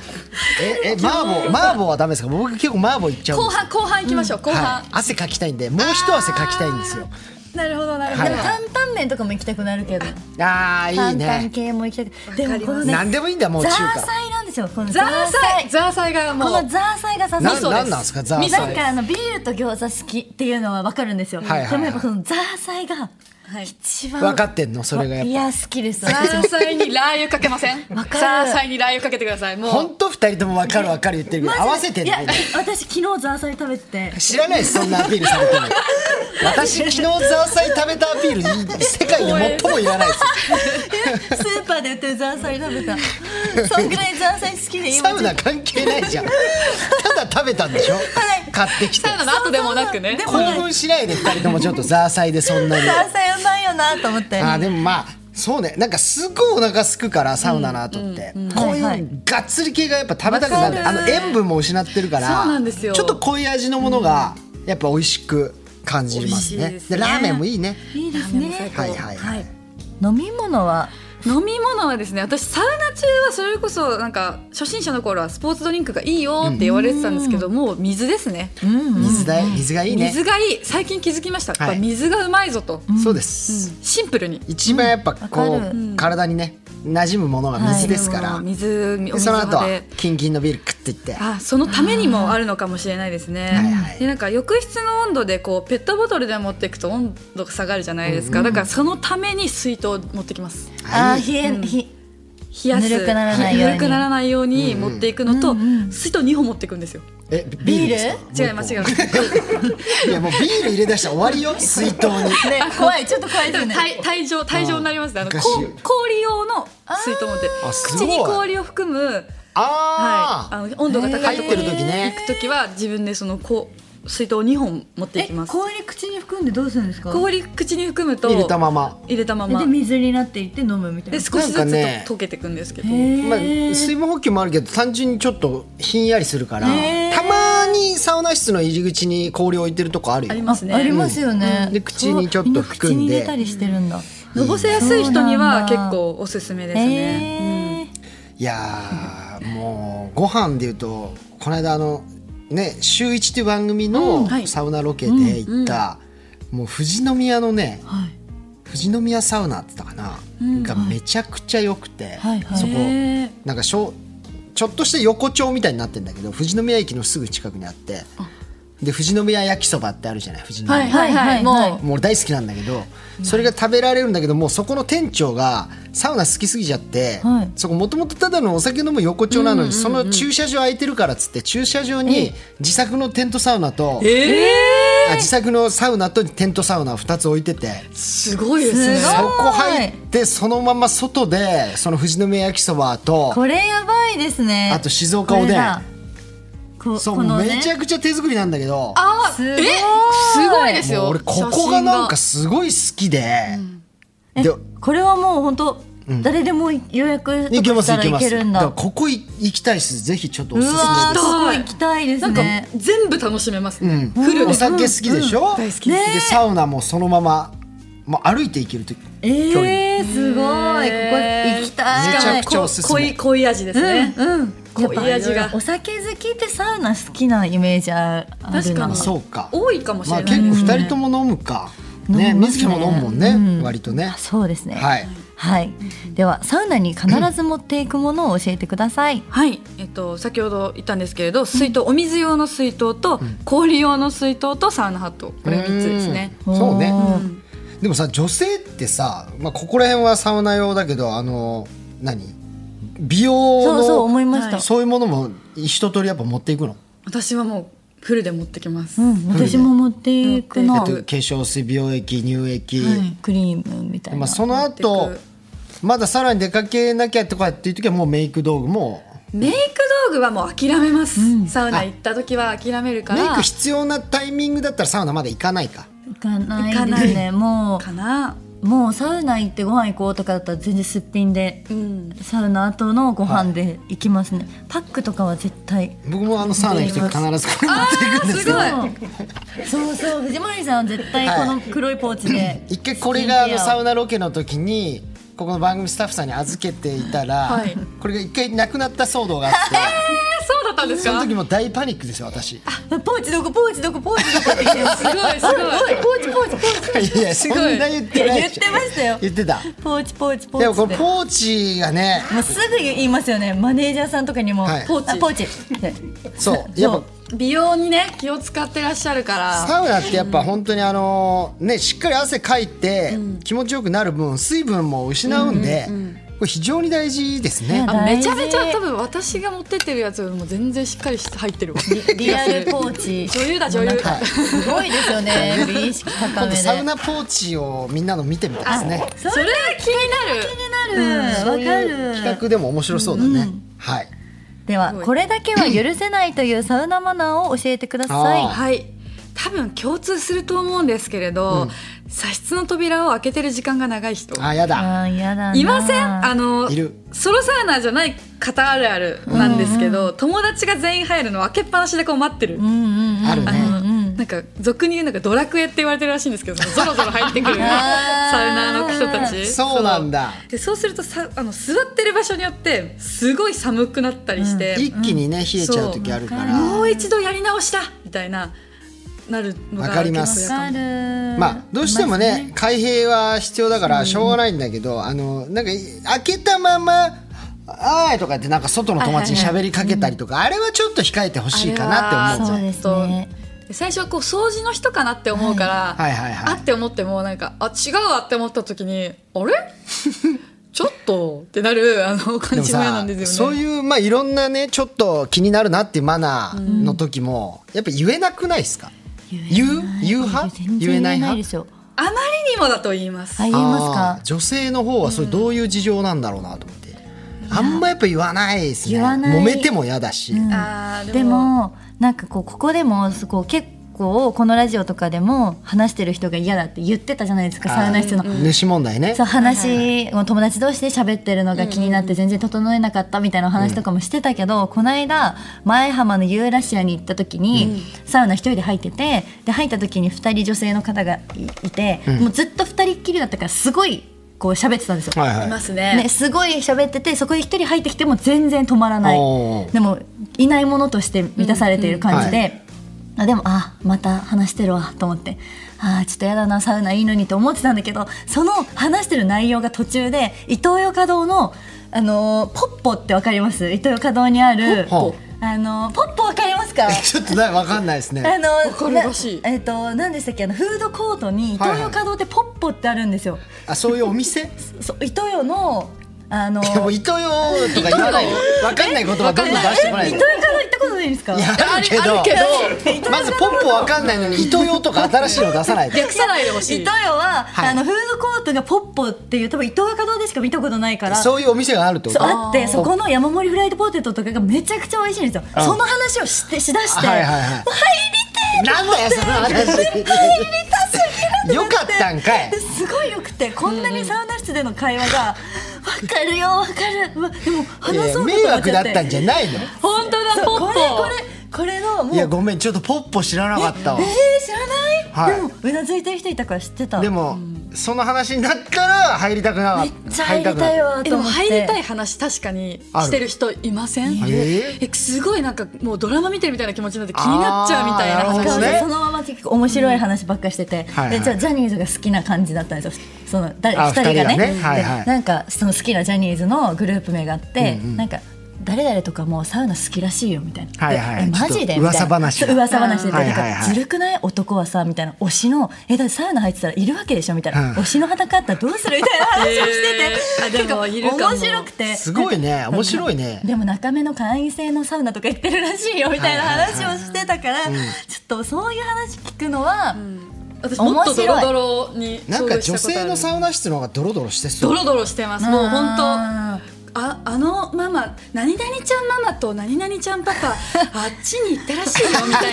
Speaker 1: ええ麻婆麻婆はダメですか僕結構麻婆いっちゃうん
Speaker 3: 後
Speaker 1: です
Speaker 3: 半後半行きましょう、後半、
Speaker 1: はい、汗かきたいんでもう一汗かきたいんですよ
Speaker 3: なるほどなるほ
Speaker 1: は
Speaker 3: ど、
Speaker 1: い
Speaker 2: でも担々麺とかも行きたくなるけど。
Speaker 1: あーいい
Speaker 2: 担々
Speaker 1: ね
Speaker 2: 系も行きたく。でもこのね
Speaker 1: 何でもいいんだもう
Speaker 2: ザ
Speaker 1: 中
Speaker 2: ー
Speaker 1: 華
Speaker 2: サイなんですよ。この
Speaker 3: ザーサ
Speaker 2: ザ
Speaker 3: イ
Speaker 2: ーサイ
Speaker 3: ザーサイがもう
Speaker 2: このザーサイがさ
Speaker 1: な
Speaker 2: そうです。
Speaker 1: なんなんですかザー
Speaker 3: 味噌
Speaker 1: サ
Speaker 2: なん
Speaker 3: で
Speaker 1: イ
Speaker 3: す
Speaker 2: かあのビールと餃子好きっていうのはわかるんですよ。
Speaker 1: はいはいはい
Speaker 2: でもやっぱこのザーサイが
Speaker 3: はい
Speaker 2: 一番
Speaker 1: 分かってんのそれがやっ
Speaker 2: い
Speaker 1: ぱ
Speaker 2: や好きです。
Speaker 3: ザーサイにラー油かけません
Speaker 2: わかる
Speaker 3: ザーサイにラー油かけてくださいもう
Speaker 1: ほんと二人とも分かる分かる言ってるけ ど合わせて
Speaker 2: いや
Speaker 1: ないね
Speaker 2: 私昨日ザーサイ食べて て。
Speaker 1: 知らないですそんなアピールされても私昨日ザーサイ食べたアピール世界で最もいらないです
Speaker 2: スーパーで売ってるザーサイ食べた。そんぐらいザーサイ好きで 今
Speaker 1: サウナ関係ないじゃんただ食べたんでしょ買ってきて
Speaker 3: サウナの後でもなくね
Speaker 2: でも
Speaker 1: 興奮しないで二人ともちょっとザーサイでそんなに
Speaker 2: ザーサイうまいよなと思って。
Speaker 1: あーでもまあそうねなんかすごいお腹すくからサウナの後って、こうい
Speaker 2: はいはいう
Speaker 1: がっつり系がやっぱ食べたくなる
Speaker 3: わか
Speaker 1: あ
Speaker 3: る
Speaker 1: の塩分も失ってるから
Speaker 3: そうなんですよ
Speaker 1: ちょっと濃い味のものがやっぱ美味しく感じます
Speaker 3: 美
Speaker 1: ね
Speaker 3: 味しい
Speaker 1: で
Speaker 3: ですね
Speaker 1: ラーメンもいいね
Speaker 2: いいですね。
Speaker 1: はいはいはい、
Speaker 2: 飲み物は
Speaker 3: 飲み物はですね私サウナ中はそれこそなんか初心者の頃はスポーツドリンクがいいよって言われてたんですけど、もう水ですね
Speaker 1: 水だ水がいいね
Speaker 3: 水がいい最近気づきました、
Speaker 1: はい
Speaker 3: やっぱ水がうまいぞと、
Speaker 1: そうです、
Speaker 3: シンプルに
Speaker 1: 一番やっぱこ
Speaker 2: わ
Speaker 1: う
Speaker 2: か、る
Speaker 1: 体にね馴染むものが水ですから、
Speaker 3: も水お水
Speaker 1: でその後
Speaker 3: 派
Speaker 1: は
Speaker 3: で
Speaker 1: キンキンのビール食っていって
Speaker 3: あそのためにもあるのかもしれないですね。
Speaker 1: はいはい
Speaker 3: でなんか浴室の温度でこうペットボトルで持っていくと温度が下がるじゃないですか、だからそのために水筒を持ってきます
Speaker 2: あ
Speaker 1: いい
Speaker 2: ー冷えひ
Speaker 3: 冷やす
Speaker 2: ぬるくならないように
Speaker 3: ぬるくならないように持っていくのと、水筒2本持っていくんですよ
Speaker 1: えビビールですか
Speaker 3: 違 います違います
Speaker 1: いやもうビール入れ出したら終わ りよ水筒に
Speaker 2: ね怖いちょっと怖いですね。
Speaker 3: 体体状体状になりますねあのこ
Speaker 1: 昔
Speaker 3: 氷用の水筒持って
Speaker 1: あすご
Speaker 3: 口
Speaker 1: い
Speaker 3: に氷を含む、はい、
Speaker 1: ああ、
Speaker 3: あの温度が高いところ
Speaker 1: 入
Speaker 3: に
Speaker 1: ってる時ね
Speaker 3: 行く時は自分でそのこう水筒を2本持ってい
Speaker 2: え
Speaker 3: きます
Speaker 2: 氷口に含んでどうするんですか。
Speaker 3: 氷口に含むと
Speaker 1: 入れたまま、
Speaker 3: 入れたまま
Speaker 2: で水になっていって飲むみたい
Speaker 3: で
Speaker 2: な。
Speaker 3: 少しずつ
Speaker 1: なんか
Speaker 3: と
Speaker 1: ね
Speaker 3: 溶けていくんですけど、
Speaker 2: へー
Speaker 1: まあ、水分補給もあるけど単純にちょっとひんやりするから、
Speaker 2: へー
Speaker 1: たまにサウナ室の入り口に氷置いてるとこあるよ
Speaker 3: あり
Speaker 2: あ
Speaker 3: ますね
Speaker 2: ありますよね
Speaker 1: う。んで口にちょっと含んで
Speaker 2: みな口に入れたりしてるんだ。
Speaker 3: のぼせやすい人に
Speaker 2: うん
Speaker 3: は結構おすすめですね、
Speaker 2: えー
Speaker 1: いやーもうご飯でいうとこの間あのね「週一っていう番組の
Speaker 3: はい
Speaker 1: サウナロケで行った、もう富士宮のね
Speaker 2: はい
Speaker 1: 富士宮サウナって言ったかな、
Speaker 3: ん
Speaker 1: がめちゃくちゃ良くて、
Speaker 2: はいはい
Speaker 1: そこ
Speaker 3: へー
Speaker 1: なんかしょちょっとした横丁みたいになってんだけど富士宮駅のすぐ近くにあってで富士宮焼きそばってあるじゃない富士宮、
Speaker 3: はいはいはい
Speaker 2: はい
Speaker 3: も
Speaker 1: もう俺大好きなんだけどそれが食べられるんだけどもうそこの店長がサウナ好きすぎちゃって、
Speaker 2: はい
Speaker 1: そこもともとただのお酒飲む横丁なのに、その駐車場空いてるからっつって駐車場に自作のテントサウナと、
Speaker 3: うえ
Speaker 1: あ自作のサウナとテントサウナを2つ置いてて。
Speaker 3: ー、すごいですね
Speaker 2: す
Speaker 1: そ
Speaker 2: ごい
Speaker 1: こ入ってそのまま外でその富士宮焼きそばと
Speaker 2: これやばいですね
Speaker 1: あと静岡おでん
Speaker 2: これだこ
Speaker 1: そう、
Speaker 2: このね
Speaker 1: めちゃくちゃ手作りなんだけど
Speaker 3: あ
Speaker 2: すごい
Speaker 3: えすごいです
Speaker 1: も
Speaker 3: よ
Speaker 1: う俺ここがなんかすごい好きで、
Speaker 2: え
Speaker 1: で
Speaker 2: これはもう本当、誰でも予約
Speaker 1: い
Speaker 2: と
Speaker 1: けま
Speaker 2: かし
Speaker 1: す
Speaker 2: た
Speaker 1: い
Speaker 2: ら
Speaker 1: け
Speaker 2: い
Speaker 1: ます
Speaker 2: けるん
Speaker 1: だか
Speaker 2: だ
Speaker 1: らここい行きたいですぜひちょっとお
Speaker 2: う
Speaker 1: す
Speaker 2: わ
Speaker 1: す
Speaker 2: ー
Speaker 1: め
Speaker 2: す
Speaker 1: です
Speaker 2: ごい行きたいです
Speaker 3: なんか
Speaker 2: ね
Speaker 3: 全部楽しめますね、
Speaker 1: うん
Speaker 3: フル
Speaker 1: お
Speaker 3: で
Speaker 1: 酒好きでしょ、
Speaker 3: 大好きです
Speaker 1: でサウナもそのまま、まあ、歩いて行けると距離
Speaker 2: えー、すごいここ行きたい
Speaker 1: めちゃくちゃおすすめ
Speaker 3: 濃い濃い味ですね、
Speaker 2: うんうん
Speaker 3: 濃い味が
Speaker 2: やっぱお酒好きってサウナ好きなイメージあるな
Speaker 3: 確かに
Speaker 1: そうか
Speaker 3: 多いかもし
Speaker 1: ま
Speaker 3: れ
Speaker 1: あ
Speaker 3: ないです
Speaker 1: 結構
Speaker 3: ね、
Speaker 1: 二人とも飲むか、ね
Speaker 2: 飲みます
Speaker 1: 水木も飲むもんね、割とね
Speaker 2: あそうですね
Speaker 1: はい
Speaker 2: はい、ではサウナに必ず持っていくものを教えてください
Speaker 3: はい、えっと、先ほど言ったんですけれど水筒、お水用の水筒と、氷用の水筒とサウナハットこれ3つですね、
Speaker 1: うんそうね
Speaker 2: おー
Speaker 1: でもさ女性ってさ、まあ、ここら辺はサウナ用だけどあの何美容の
Speaker 2: そうそう思いました、
Speaker 1: そういうものも一通りやっぱ持っていくの
Speaker 3: 私はもうフルで持ってきます、
Speaker 2: うん、私も持っていく
Speaker 3: 持
Speaker 2: な
Speaker 3: って
Speaker 1: 化粧水美容液乳液、
Speaker 2: クリームみたいな、
Speaker 1: まあ、その
Speaker 3: 持
Speaker 1: 後
Speaker 3: って
Speaker 1: まださらに出かけなきゃとかっていう時はもうメイク道具も
Speaker 3: メイク道具はもう諦めます、サウナ行った時は諦めるか
Speaker 1: メイ
Speaker 3: ら
Speaker 1: ク必要なタイミングだったらサウナまで行かないか
Speaker 2: 行かないですねも
Speaker 3: かな、
Speaker 2: うもうサウナ行ってご飯行こうとかだったら全然すっぴんで
Speaker 3: うん、
Speaker 2: サウナ後のご飯で行きますね、パックとかは絶対
Speaker 1: 僕もあのサウナ行く時必ずこれ持っていくんです
Speaker 3: すごい
Speaker 2: そうそう藤森さんは絶対この黒いポーチで
Speaker 1: 一回これがあのサ
Speaker 2: ウ
Speaker 1: ウナロケの時にここの番組スタッフさんに預けていたら、
Speaker 3: はい
Speaker 1: これが一回なくなった騒動があって
Speaker 3: えそうだったんです
Speaker 1: そ
Speaker 3: か
Speaker 1: の
Speaker 3: す
Speaker 1: 時も大パニックですよ私い
Speaker 2: ナポーチどこポーチどこポーチどこって言ってます
Speaker 3: ごいすごい
Speaker 2: ポーチポーチポーチ
Speaker 1: やいやそんな言っ
Speaker 2: い
Speaker 1: て
Speaker 2: や
Speaker 1: ない
Speaker 2: 言
Speaker 1: で
Speaker 2: っ
Speaker 1: してょ
Speaker 2: ましたよ
Speaker 1: 言ってた
Speaker 2: ポーチポーチポーチ
Speaker 1: でもこ
Speaker 2: って
Speaker 1: のポーチがね
Speaker 2: もうすぐ言いますよねマネージャーさんとかにも、
Speaker 1: はい
Speaker 3: ポーチ
Speaker 2: あポーチって
Speaker 1: そうやっぱ
Speaker 3: 美容にね気を使ってらっしゃるから
Speaker 1: サウナってやっぱ本当にあのねしっかり汗かいて気持ちよくなる分水分も失うんでこれ非常に大事ですね
Speaker 2: いや。
Speaker 3: あめちゃめち
Speaker 2: 大
Speaker 3: ゃ
Speaker 2: 事
Speaker 3: 多分私が持ってってるやつよりも全然しっかり入ってるわ
Speaker 2: リアルポーチ
Speaker 3: 女優だ女優
Speaker 1: はい
Speaker 2: すごいですよね美意識高
Speaker 1: 今
Speaker 2: め
Speaker 1: 度
Speaker 2: で
Speaker 1: サウナポーチをみんなの見てみたいですね。
Speaker 3: それは気になる
Speaker 2: うん
Speaker 1: そ
Speaker 2: わ
Speaker 1: うい
Speaker 2: か
Speaker 1: う
Speaker 2: る
Speaker 1: 企画でも面白そうだね。はい。
Speaker 2: では
Speaker 3: すごい
Speaker 2: これだけは許せないというサウナマナーを教えてくださ
Speaker 1: あ
Speaker 2: い
Speaker 3: はい多分共通すると思うんですけれど、茶室の扉を開けてる時間が長い人
Speaker 1: あやだ。
Speaker 2: あーやだない
Speaker 3: ませんあの
Speaker 1: いる
Speaker 3: ソロサウナーじゃない方あるあるなんですけど、友達が全員入るのを開けっぱなしでこう待ってる、
Speaker 2: うんうんうん
Speaker 1: あるね
Speaker 3: あの
Speaker 2: うん
Speaker 3: なんか俗に言うなんかドラクエって言われてるらしいんです けどそのゾロゾロ入ってくるサウナーの人たち
Speaker 1: そうなんだ。
Speaker 3: そうでそうするとさあの座ってる場所によってすごい寒くなったりして、
Speaker 1: 一気にね冷えちゃう時あるから。
Speaker 3: もう一度やり直したみたいななるのが
Speaker 1: わかります
Speaker 3: 結構
Speaker 2: わか
Speaker 3: やっ
Speaker 2: る
Speaker 1: まあどうしてもね開閉は必要だからしょうがないんだけど、あのなんか開けたまま「あー」とかってなんか外の友達に喋りかけたりとか、あれはちょっと控えてほしいかなって思う
Speaker 2: そう
Speaker 1: じゃん
Speaker 2: ですね
Speaker 3: た最初はこう掃除の人かなって思うから、
Speaker 1: はいはいはい
Speaker 3: あって思ってもなんかあ違うわって思った時にあれちょっとってなるあの
Speaker 1: で
Speaker 3: 感
Speaker 1: も
Speaker 3: じも嫌な
Speaker 1: さ
Speaker 3: んですよね
Speaker 1: そういうまあいろんなねちょっと気になるなっていうマナーの時も、やっぱ言えなくないですか言う言う派
Speaker 2: 全然
Speaker 1: 言えない
Speaker 2: で
Speaker 1: 派
Speaker 2: しょ
Speaker 3: あまりにもだと言います、
Speaker 2: あ言えます
Speaker 1: あー
Speaker 2: か
Speaker 1: 女性の方はそれどういう事情なんだろうなと思って、あんまやっぱ言わないですね
Speaker 2: 言わない
Speaker 1: 揉めても嫌だし、
Speaker 3: あー
Speaker 2: でもなんかこうここでもすごい結構このラジオとかでも話してる人が嫌だって言ってたじゃないですかサウナ室の
Speaker 1: 主問題ね
Speaker 2: そう話を友達同士で喋ってるのが気になって全然整えなかったみたいなお話とかもしてたけど、この間前浜のユーラシアに行った時に、サウナ一人で入っててで入った時に2人女性の方がいいて、もうずっと2人っきりだったからすごいこう喋ってたんですよ、
Speaker 1: はいはいい
Speaker 3: ます
Speaker 2: ね、
Speaker 3: ね。
Speaker 2: すごい喋っててそこに一人入ってきても全然止まらない
Speaker 1: おー
Speaker 2: でもいないものとして満たされている感じ
Speaker 1: うん
Speaker 2: で、あでもあまた話してるわと思ってあーちょっとやだなサウナいいのにと思ってたんだけどその話してる内容が途中でイトーヨーカドーの、あのーポッポってわかりますイトーヨーカドーにある
Speaker 1: ポッポ
Speaker 2: あのーポッポわかりますか
Speaker 1: ちょっとなわかんないです
Speaker 2: あ
Speaker 1: ね。
Speaker 2: の
Speaker 3: わかるらしい
Speaker 2: なえっ、と何でしたっけあのフードコートにイトーヨーカドーってポッポってあるんですよ、
Speaker 1: あそういうお店？
Speaker 2: そうイトーヨーのあのー
Speaker 1: でも伊藤よとか言 わないよ。わかんない言葉どんどん出してこない
Speaker 2: イト
Speaker 1: で
Speaker 2: ー。ヨーカドー行ったことないんですか
Speaker 1: いやあるけ
Speaker 3: あるけ
Speaker 1: ど。
Speaker 3: ど
Speaker 1: まずポップわかんないのに伊 藤よとか新しいの出さないで。
Speaker 3: 略さないでほし
Speaker 2: イ
Speaker 3: い
Speaker 2: ト。ヨは、
Speaker 1: はい
Speaker 2: あのフードコートがポッポっていう多分伊東洋華堂でしか見たことないから
Speaker 1: そういうお店があるってこ
Speaker 2: そ
Speaker 1: と
Speaker 2: う。あって
Speaker 1: ー
Speaker 2: そこの山盛りフライドポテトとかがめちゃくちゃ美味しいんですよその話をしてしだして、
Speaker 1: はいはいはい。なんだよその 話。よかったんかい。
Speaker 2: すごいよくてこんなにサウナ室での会話が「分かるよ分かるうわ」でも
Speaker 1: いや
Speaker 2: 話
Speaker 1: いや
Speaker 2: そうと
Speaker 1: 迷
Speaker 2: 思っ
Speaker 1: 惑
Speaker 2: ち
Speaker 1: だ
Speaker 2: ゃ
Speaker 1: っ
Speaker 2: って
Speaker 1: たんじゃないの。
Speaker 3: 本当だ、
Speaker 2: そ
Speaker 3: ポ
Speaker 2: うこれ
Speaker 3: ッポ
Speaker 2: こ。れこれのもう
Speaker 1: いやごめんちょっとポッポ知らなかったわ
Speaker 2: え。ー、知ら
Speaker 1: は
Speaker 2: ない、
Speaker 1: い
Speaker 2: でもうなずいてる人いたから知ってた
Speaker 1: でもその話になったら入りたくなか
Speaker 2: め
Speaker 1: っ。
Speaker 2: ったちゃ入りたいわ
Speaker 3: え
Speaker 2: と
Speaker 3: でも
Speaker 2: 思って
Speaker 3: 入りたい話確かにしてる人いません
Speaker 1: あるえ
Speaker 3: えすごいなんかもうドラマ見てるみたいな気持ちになって気になっちゃうみたいな
Speaker 1: あーなるほ
Speaker 3: 話
Speaker 1: ど
Speaker 3: を
Speaker 1: ね
Speaker 2: そのまま結構面白い話ばっかりしてて、
Speaker 1: はいはい
Speaker 2: でじゃあジャニーズが好きな感じだったんですよその誰
Speaker 1: あ
Speaker 2: 2人がね
Speaker 1: 二人がねはいはい
Speaker 2: でなんかその好きなジャニーズのグループ名があって、なんか誰々とかもうサウナ好きらしいよみたいな、
Speaker 1: はいはい
Speaker 2: でえマジで
Speaker 1: ちょっと噂
Speaker 2: みたいな
Speaker 1: 話が
Speaker 2: そう噂話で、
Speaker 1: はいはい
Speaker 2: なんか
Speaker 1: はい
Speaker 2: ずるくない男はさみたいな推しのえだってサウナ入ってたらいるわけでしょみたいな、
Speaker 1: うん
Speaker 2: 推しの裸あったらどうするみたいな話をしてて、
Speaker 3: えーあで もいるかも
Speaker 2: 結構面白くて
Speaker 1: すごいね面白いね。
Speaker 2: でも中目の会員制のサウナとか行ってるらしいよみたいな話をしてたから、ちょっとそういう話聞くのは、
Speaker 3: 私もっとドロドロに
Speaker 1: なんか女
Speaker 3: 衝撃したことあ
Speaker 1: 性
Speaker 3: る
Speaker 1: のサウナ室の方がドロドロしてそ
Speaker 3: ド
Speaker 1: う。
Speaker 3: ロドロしてますもう本当
Speaker 2: あ
Speaker 3: ああのママ何々ちゃんママと何々ちゃん パパあっちに行ったらしいよみたい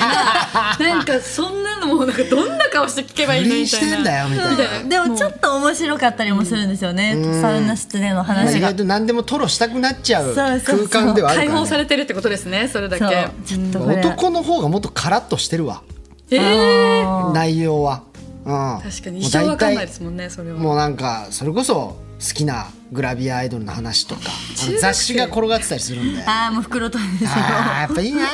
Speaker 3: ななんかそんなのもなんかどんな顔して聞けばいいのみたいな
Speaker 1: 不倫してんだよみたいな
Speaker 2: ーでもちょっと面白かったりもするんですよね、サウナ室での
Speaker 1: まあ
Speaker 2: 話
Speaker 1: 意
Speaker 2: が。
Speaker 1: 外と何でもトロしたくなっちゃう
Speaker 2: そうそうそ
Speaker 1: 空
Speaker 2: う
Speaker 1: 間ではあるか
Speaker 3: 解
Speaker 1: らね
Speaker 3: 放されてるってことですねそれだ
Speaker 2: そう
Speaker 3: け
Speaker 2: ちょっとこれ
Speaker 1: 男の方がもっとカラッとしてるわ
Speaker 3: えー
Speaker 1: 内容は、うん、
Speaker 3: 確かに一生わかんないですすもんねそれは
Speaker 1: もうなんかそれこそ好きなグラビアアイドルの話とかあの雑誌が転がってたりするんであ
Speaker 2: ああもう袋とですよ
Speaker 1: ーやっぱいいな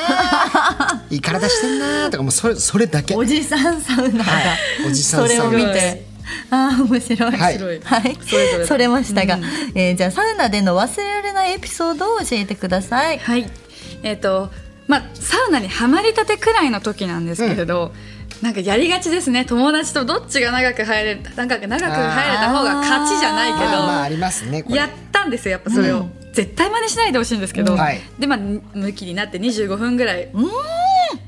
Speaker 1: ーいい体してんなーとかもうそれそれだけ
Speaker 2: おじさんサウナが、
Speaker 1: いおじさん
Speaker 2: それ
Speaker 1: サウ
Speaker 2: を
Speaker 1: ナ
Speaker 2: 見てああ面白い、
Speaker 1: はい
Speaker 3: 面白い
Speaker 2: はい、
Speaker 3: それぞれ
Speaker 2: それましたが、えーじゃあサウナでの忘れられないエピソードを教えてください。
Speaker 3: はい。えっ、と、まあ、サウナにはまりたてくらいの時なんですけれど。なんかやりがちですね友達とどっちが長く入れ長く長く入れた方が勝ちじゃないけど、
Speaker 1: まあまあありますねこれ
Speaker 3: やったんですよやっぱそれを、絶対真似しないでほしいんですけど、
Speaker 1: はい
Speaker 3: でまあ向きになって25分ぐらい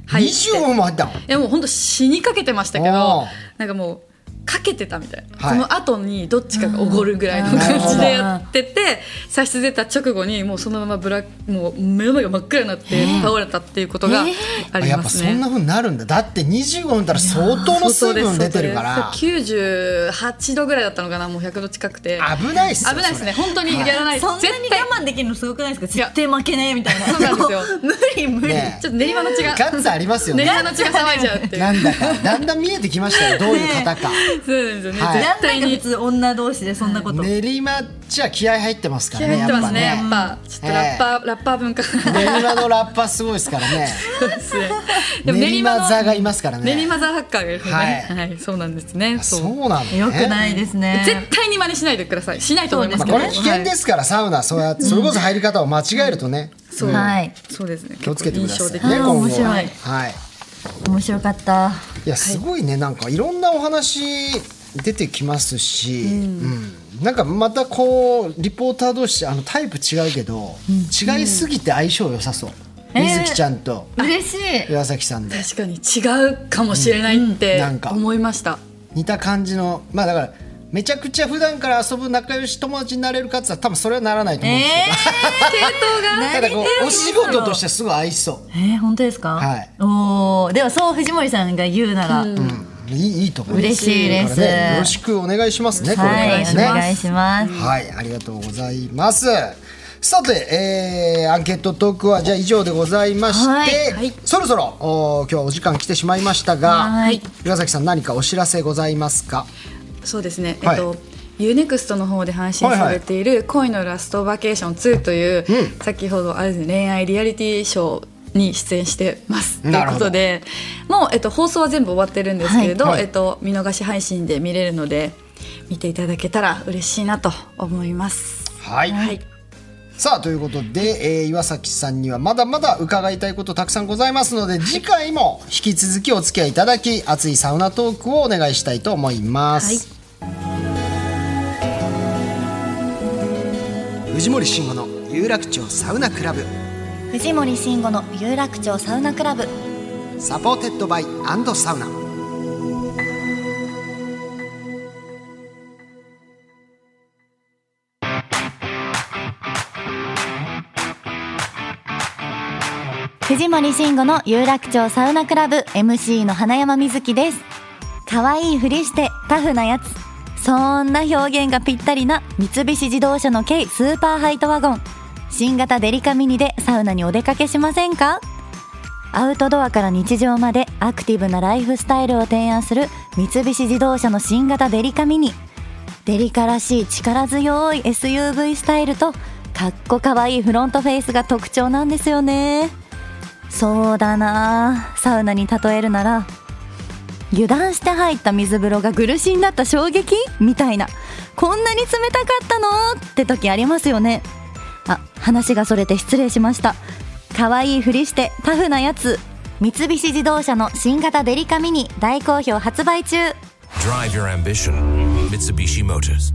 Speaker 3: 入って
Speaker 1: 25分もあったの
Speaker 3: いやもう本当死にかけてましたけ
Speaker 1: お
Speaker 3: ど
Speaker 1: ー
Speaker 3: なんかもうかけてたみたいな、
Speaker 1: はい
Speaker 3: その後にどっちかがおごるぐらいの
Speaker 2: うん
Speaker 3: 感じでやってて差し出た直後にもうそのままブラックもう目の前が真っ暗になって倒れたっていうことがあ
Speaker 1: あ
Speaker 3: り
Speaker 1: やっ
Speaker 3: ま
Speaker 1: ぱ
Speaker 3: す
Speaker 1: そ
Speaker 3: ね。
Speaker 1: んなふうになるんだだって25分たら相当の水分出てるから
Speaker 3: 98度ぐらいだったのかなもう100度近くて
Speaker 1: 危ないっすよ
Speaker 3: 危ないですね
Speaker 1: それ
Speaker 3: 本当にやらない
Speaker 2: そんなに
Speaker 3: 絶対
Speaker 2: 我慢できるのすごくないですか
Speaker 3: いや
Speaker 2: 絶対負けねえみたいな
Speaker 3: そうなんですよ
Speaker 2: 無理無理、
Speaker 1: ね
Speaker 3: ちょっと練馬の血が
Speaker 1: ガッツありますよね
Speaker 3: 練馬の血が騒いじゃうっていう
Speaker 1: なんだかだんだん見えてきま したよどういう方か、
Speaker 3: そうなんですよね、
Speaker 1: はい
Speaker 2: や
Speaker 3: 絶
Speaker 2: んな
Speaker 3: 対
Speaker 2: いか普
Speaker 3: に
Speaker 2: 通女同士でそんなこと、
Speaker 1: 練馬っちゃ気合入ってますか
Speaker 3: 気
Speaker 1: ら
Speaker 3: 合
Speaker 1: ね
Speaker 3: 入ってますね
Speaker 1: や
Speaker 3: や
Speaker 1: っぱ
Speaker 3: っ
Speaker 1: ね
Speaker 3: ぱちょっとラッパー、ラッパー文化
Speaker 1: 練馬のラッパーすごいですからね
Speaker 3: ですねでも
Speaker 1: 練
Speaker 3: 練馬
Speaker 1: 馬
Speaker 3: の
Speaker 1: 座がいますからね
Speaker 3: 練馬ザハッカーがいるので、ね
Speaker 1: は
Speaker 3: はい、そうなんですね。
Speaker 1: そ
Speaker 3: そう。
Speaker 1: うなんだね
Speaker 2: よくないですね
Speaker 3: 絶対に真似しないでください。しないと思います
Speaker 1: まあ
Speaker 3: け
Speaker 1: これ
Speaker 3: ど。
Speaker 1: 危険ですからサウナそうやそれこそ入り方を間違えるとね
Speaker 3: そう、
Speaker 2: はい
Speaker 3: そうですね。
Speaker 1: 気をつけてくださいね
Speaker 3: 結構印象的
Speaker 1: 今
Speaker 3: な
Speaker 2: あー
Speaker 1: 後
Speaker 2: 面白い
Speaker 1: ははい
Speaker 2: 面白かった
Speaker 1: いやすごいねなんかいろんなお話出てきますし、うんなんかまたこうリポーター同士あのタイプ違うけど、違いすぎて相性良さそう、
Speaker 2: ん
Speaker 1: 水木ちゃんと
Speaker 2: 嬉しい
Speaker 1: 岩崎さんで
Speaker 3: 確かに違うかもしれないっ
Speaker 1: うん
Speaker 3: て
Speaker 1: なんか
Speaker 3: 思いました。
Speaker 1: 似た感じのまあだからめちゃくちゃ普段から遊ぶ仲良し友達になれるかって言ったら多分それはならないと思うんです
Speaker 2: え
Speaker 3: 系統が
Speaker 1: けど、ただこうお仕事としてすごい合いそう
Speaker 2: ー、えー、本当ですか、
Speaker 1: はい
Speaker 2: おおではそう藤森さんが言うなら、
Speaker 1: いいいいと思います
Speaker 2: 嬉しいです
Speaker 1: だからねよろしくお願いしますねこれから
Speaker 2: はい
Speaker 1: ね
Speaker 2: お願いします、
Speaker 1: はい、ありがとうございます。さて、えーアンケートトークはじゃあ以上でございまして、
Speaker 2: はい
Speaker 3: はい
Speaker 1: そろそろお今日はお時間来てしまいましたが、
Speaker 2: はい
Speaker 1: 岩崎さん何かお知らせございますか。
Speaker 3: そうですね。
Speaker 1: はい
Speaker 3: えっとユーネクストの方で配信されている「恋のラストバケーション2」という、先ほどある恋愛リアリティショーに出演してますとい
Speaker 1: な
Speaker 3: う
Speaker 1: る
Speaker 3: こ
Speaker 1: ほど
Speaker 3: とでもう、えっと、放送は全部終わってるんですけれど、
Speaker 1: はいはい
Speaker 3: えっと、見逃し配信で見れるので見ていただけたら嬉しいなと思います。
Speaker 1: はい、
Speaker 3: はい
Speaker 1: さあということで、えー岩崎さんにはまだまだ伺いたいことたくさんございますので次回も引き続きお付き合いいただき熱いサウナトークをお願いしたいと思います、藤森慎吾の有楽町サウナクラブ
Speaker 4: 藤森慎吾の有楽町サウナクラブ
Speaker 1: サポーテッドバイサウナ
Speaker 4: 藤森慎吾の有楽町サウナクラブ MC の花山瑞希です可愛いふりしてタフなやつそんな表現がぴったりな三菱自動車の軽スーパーハイトワゴン新型デリカミニでサウナにお出かけしませんかアウトドアから日常までアクティブなライフスタイルを提案する三菱自動車の新型デリカミニデリカらしい力強い SUV スタイルとかっこかわいいフロントフェイスが特徴なんですよねそうだなあサウナに例えるなら油断して入った水風呂が苦しんだった衝撃みたいなこんなに冷たかったのって時ありますよねあ話がそれて失礼しました可愛いふりしてタフなやつ三菱自動車の新型デリカミニ大好評発売中
Speaker 5: Drive your ambition. Mitsubishi Motors.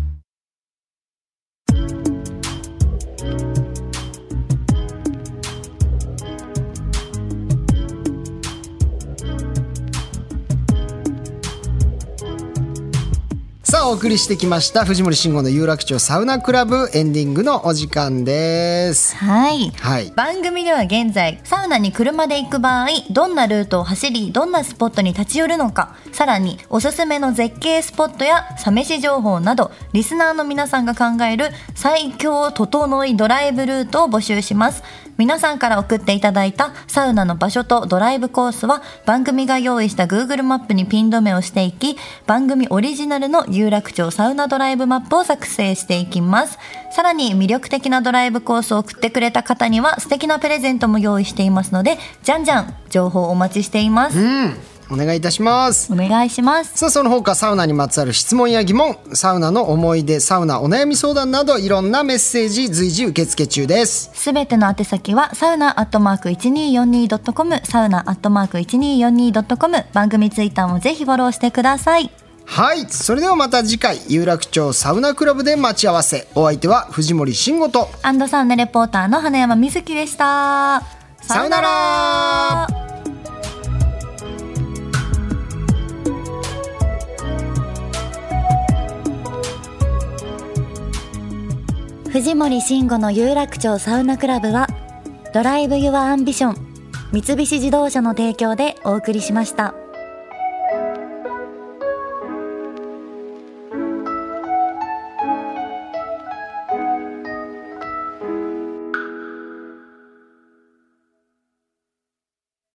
Speaker 1: さあお送りしてきました藤森慎吾の有楽町サウナクラブエンディングのお時間です
Speaker 4: はい
Speaker 1: はい
Speaker 4: 番組では現在サウナに車で行く場合どんなルートを走りどんなスポットに立ち寄るのかさらにおすすめの絶景スポットやサ飯情報などリスナーの皆さんが考える最強整いドライブルートを募集します皆さんから送っていただいたサウナの場所とドライブコースは番組が用意した Google マップにピン止めをしていき番組オリジナルの有楽町サウナドライブマップを作成していきますさらに魅力的なドライブコースを送ってくれた方には素敵なプレゼントも用意していますのでじゃんじゃん情報をお待ちしています、
Speaker 1: お願いいたします
Speaker 4: お願いします
Speaker 1: さあその他サウナにまつわる質問や疑問サウナの思い出サウナお悩み相談などいろんなメッセージ随時受付中です
Speaker 4: すべての宛先はサウナアットマーク 1242.com サウナアットマーク 1242.com 番組ツイッターもぜひフォローしてください
Speaker 1: はいそれではまた次回有楽町サウナクラブで待ち合わせお相手は藤森慎吾と
Speaker 4: アンドサウナレポーターの花山瑞希でした
Speaker 1: さよなら
Speaker 4: 藤森慎吾の有楽町サウナクラブはドライブ・ユア・アンビション三菱自動車の提供でお送りしました。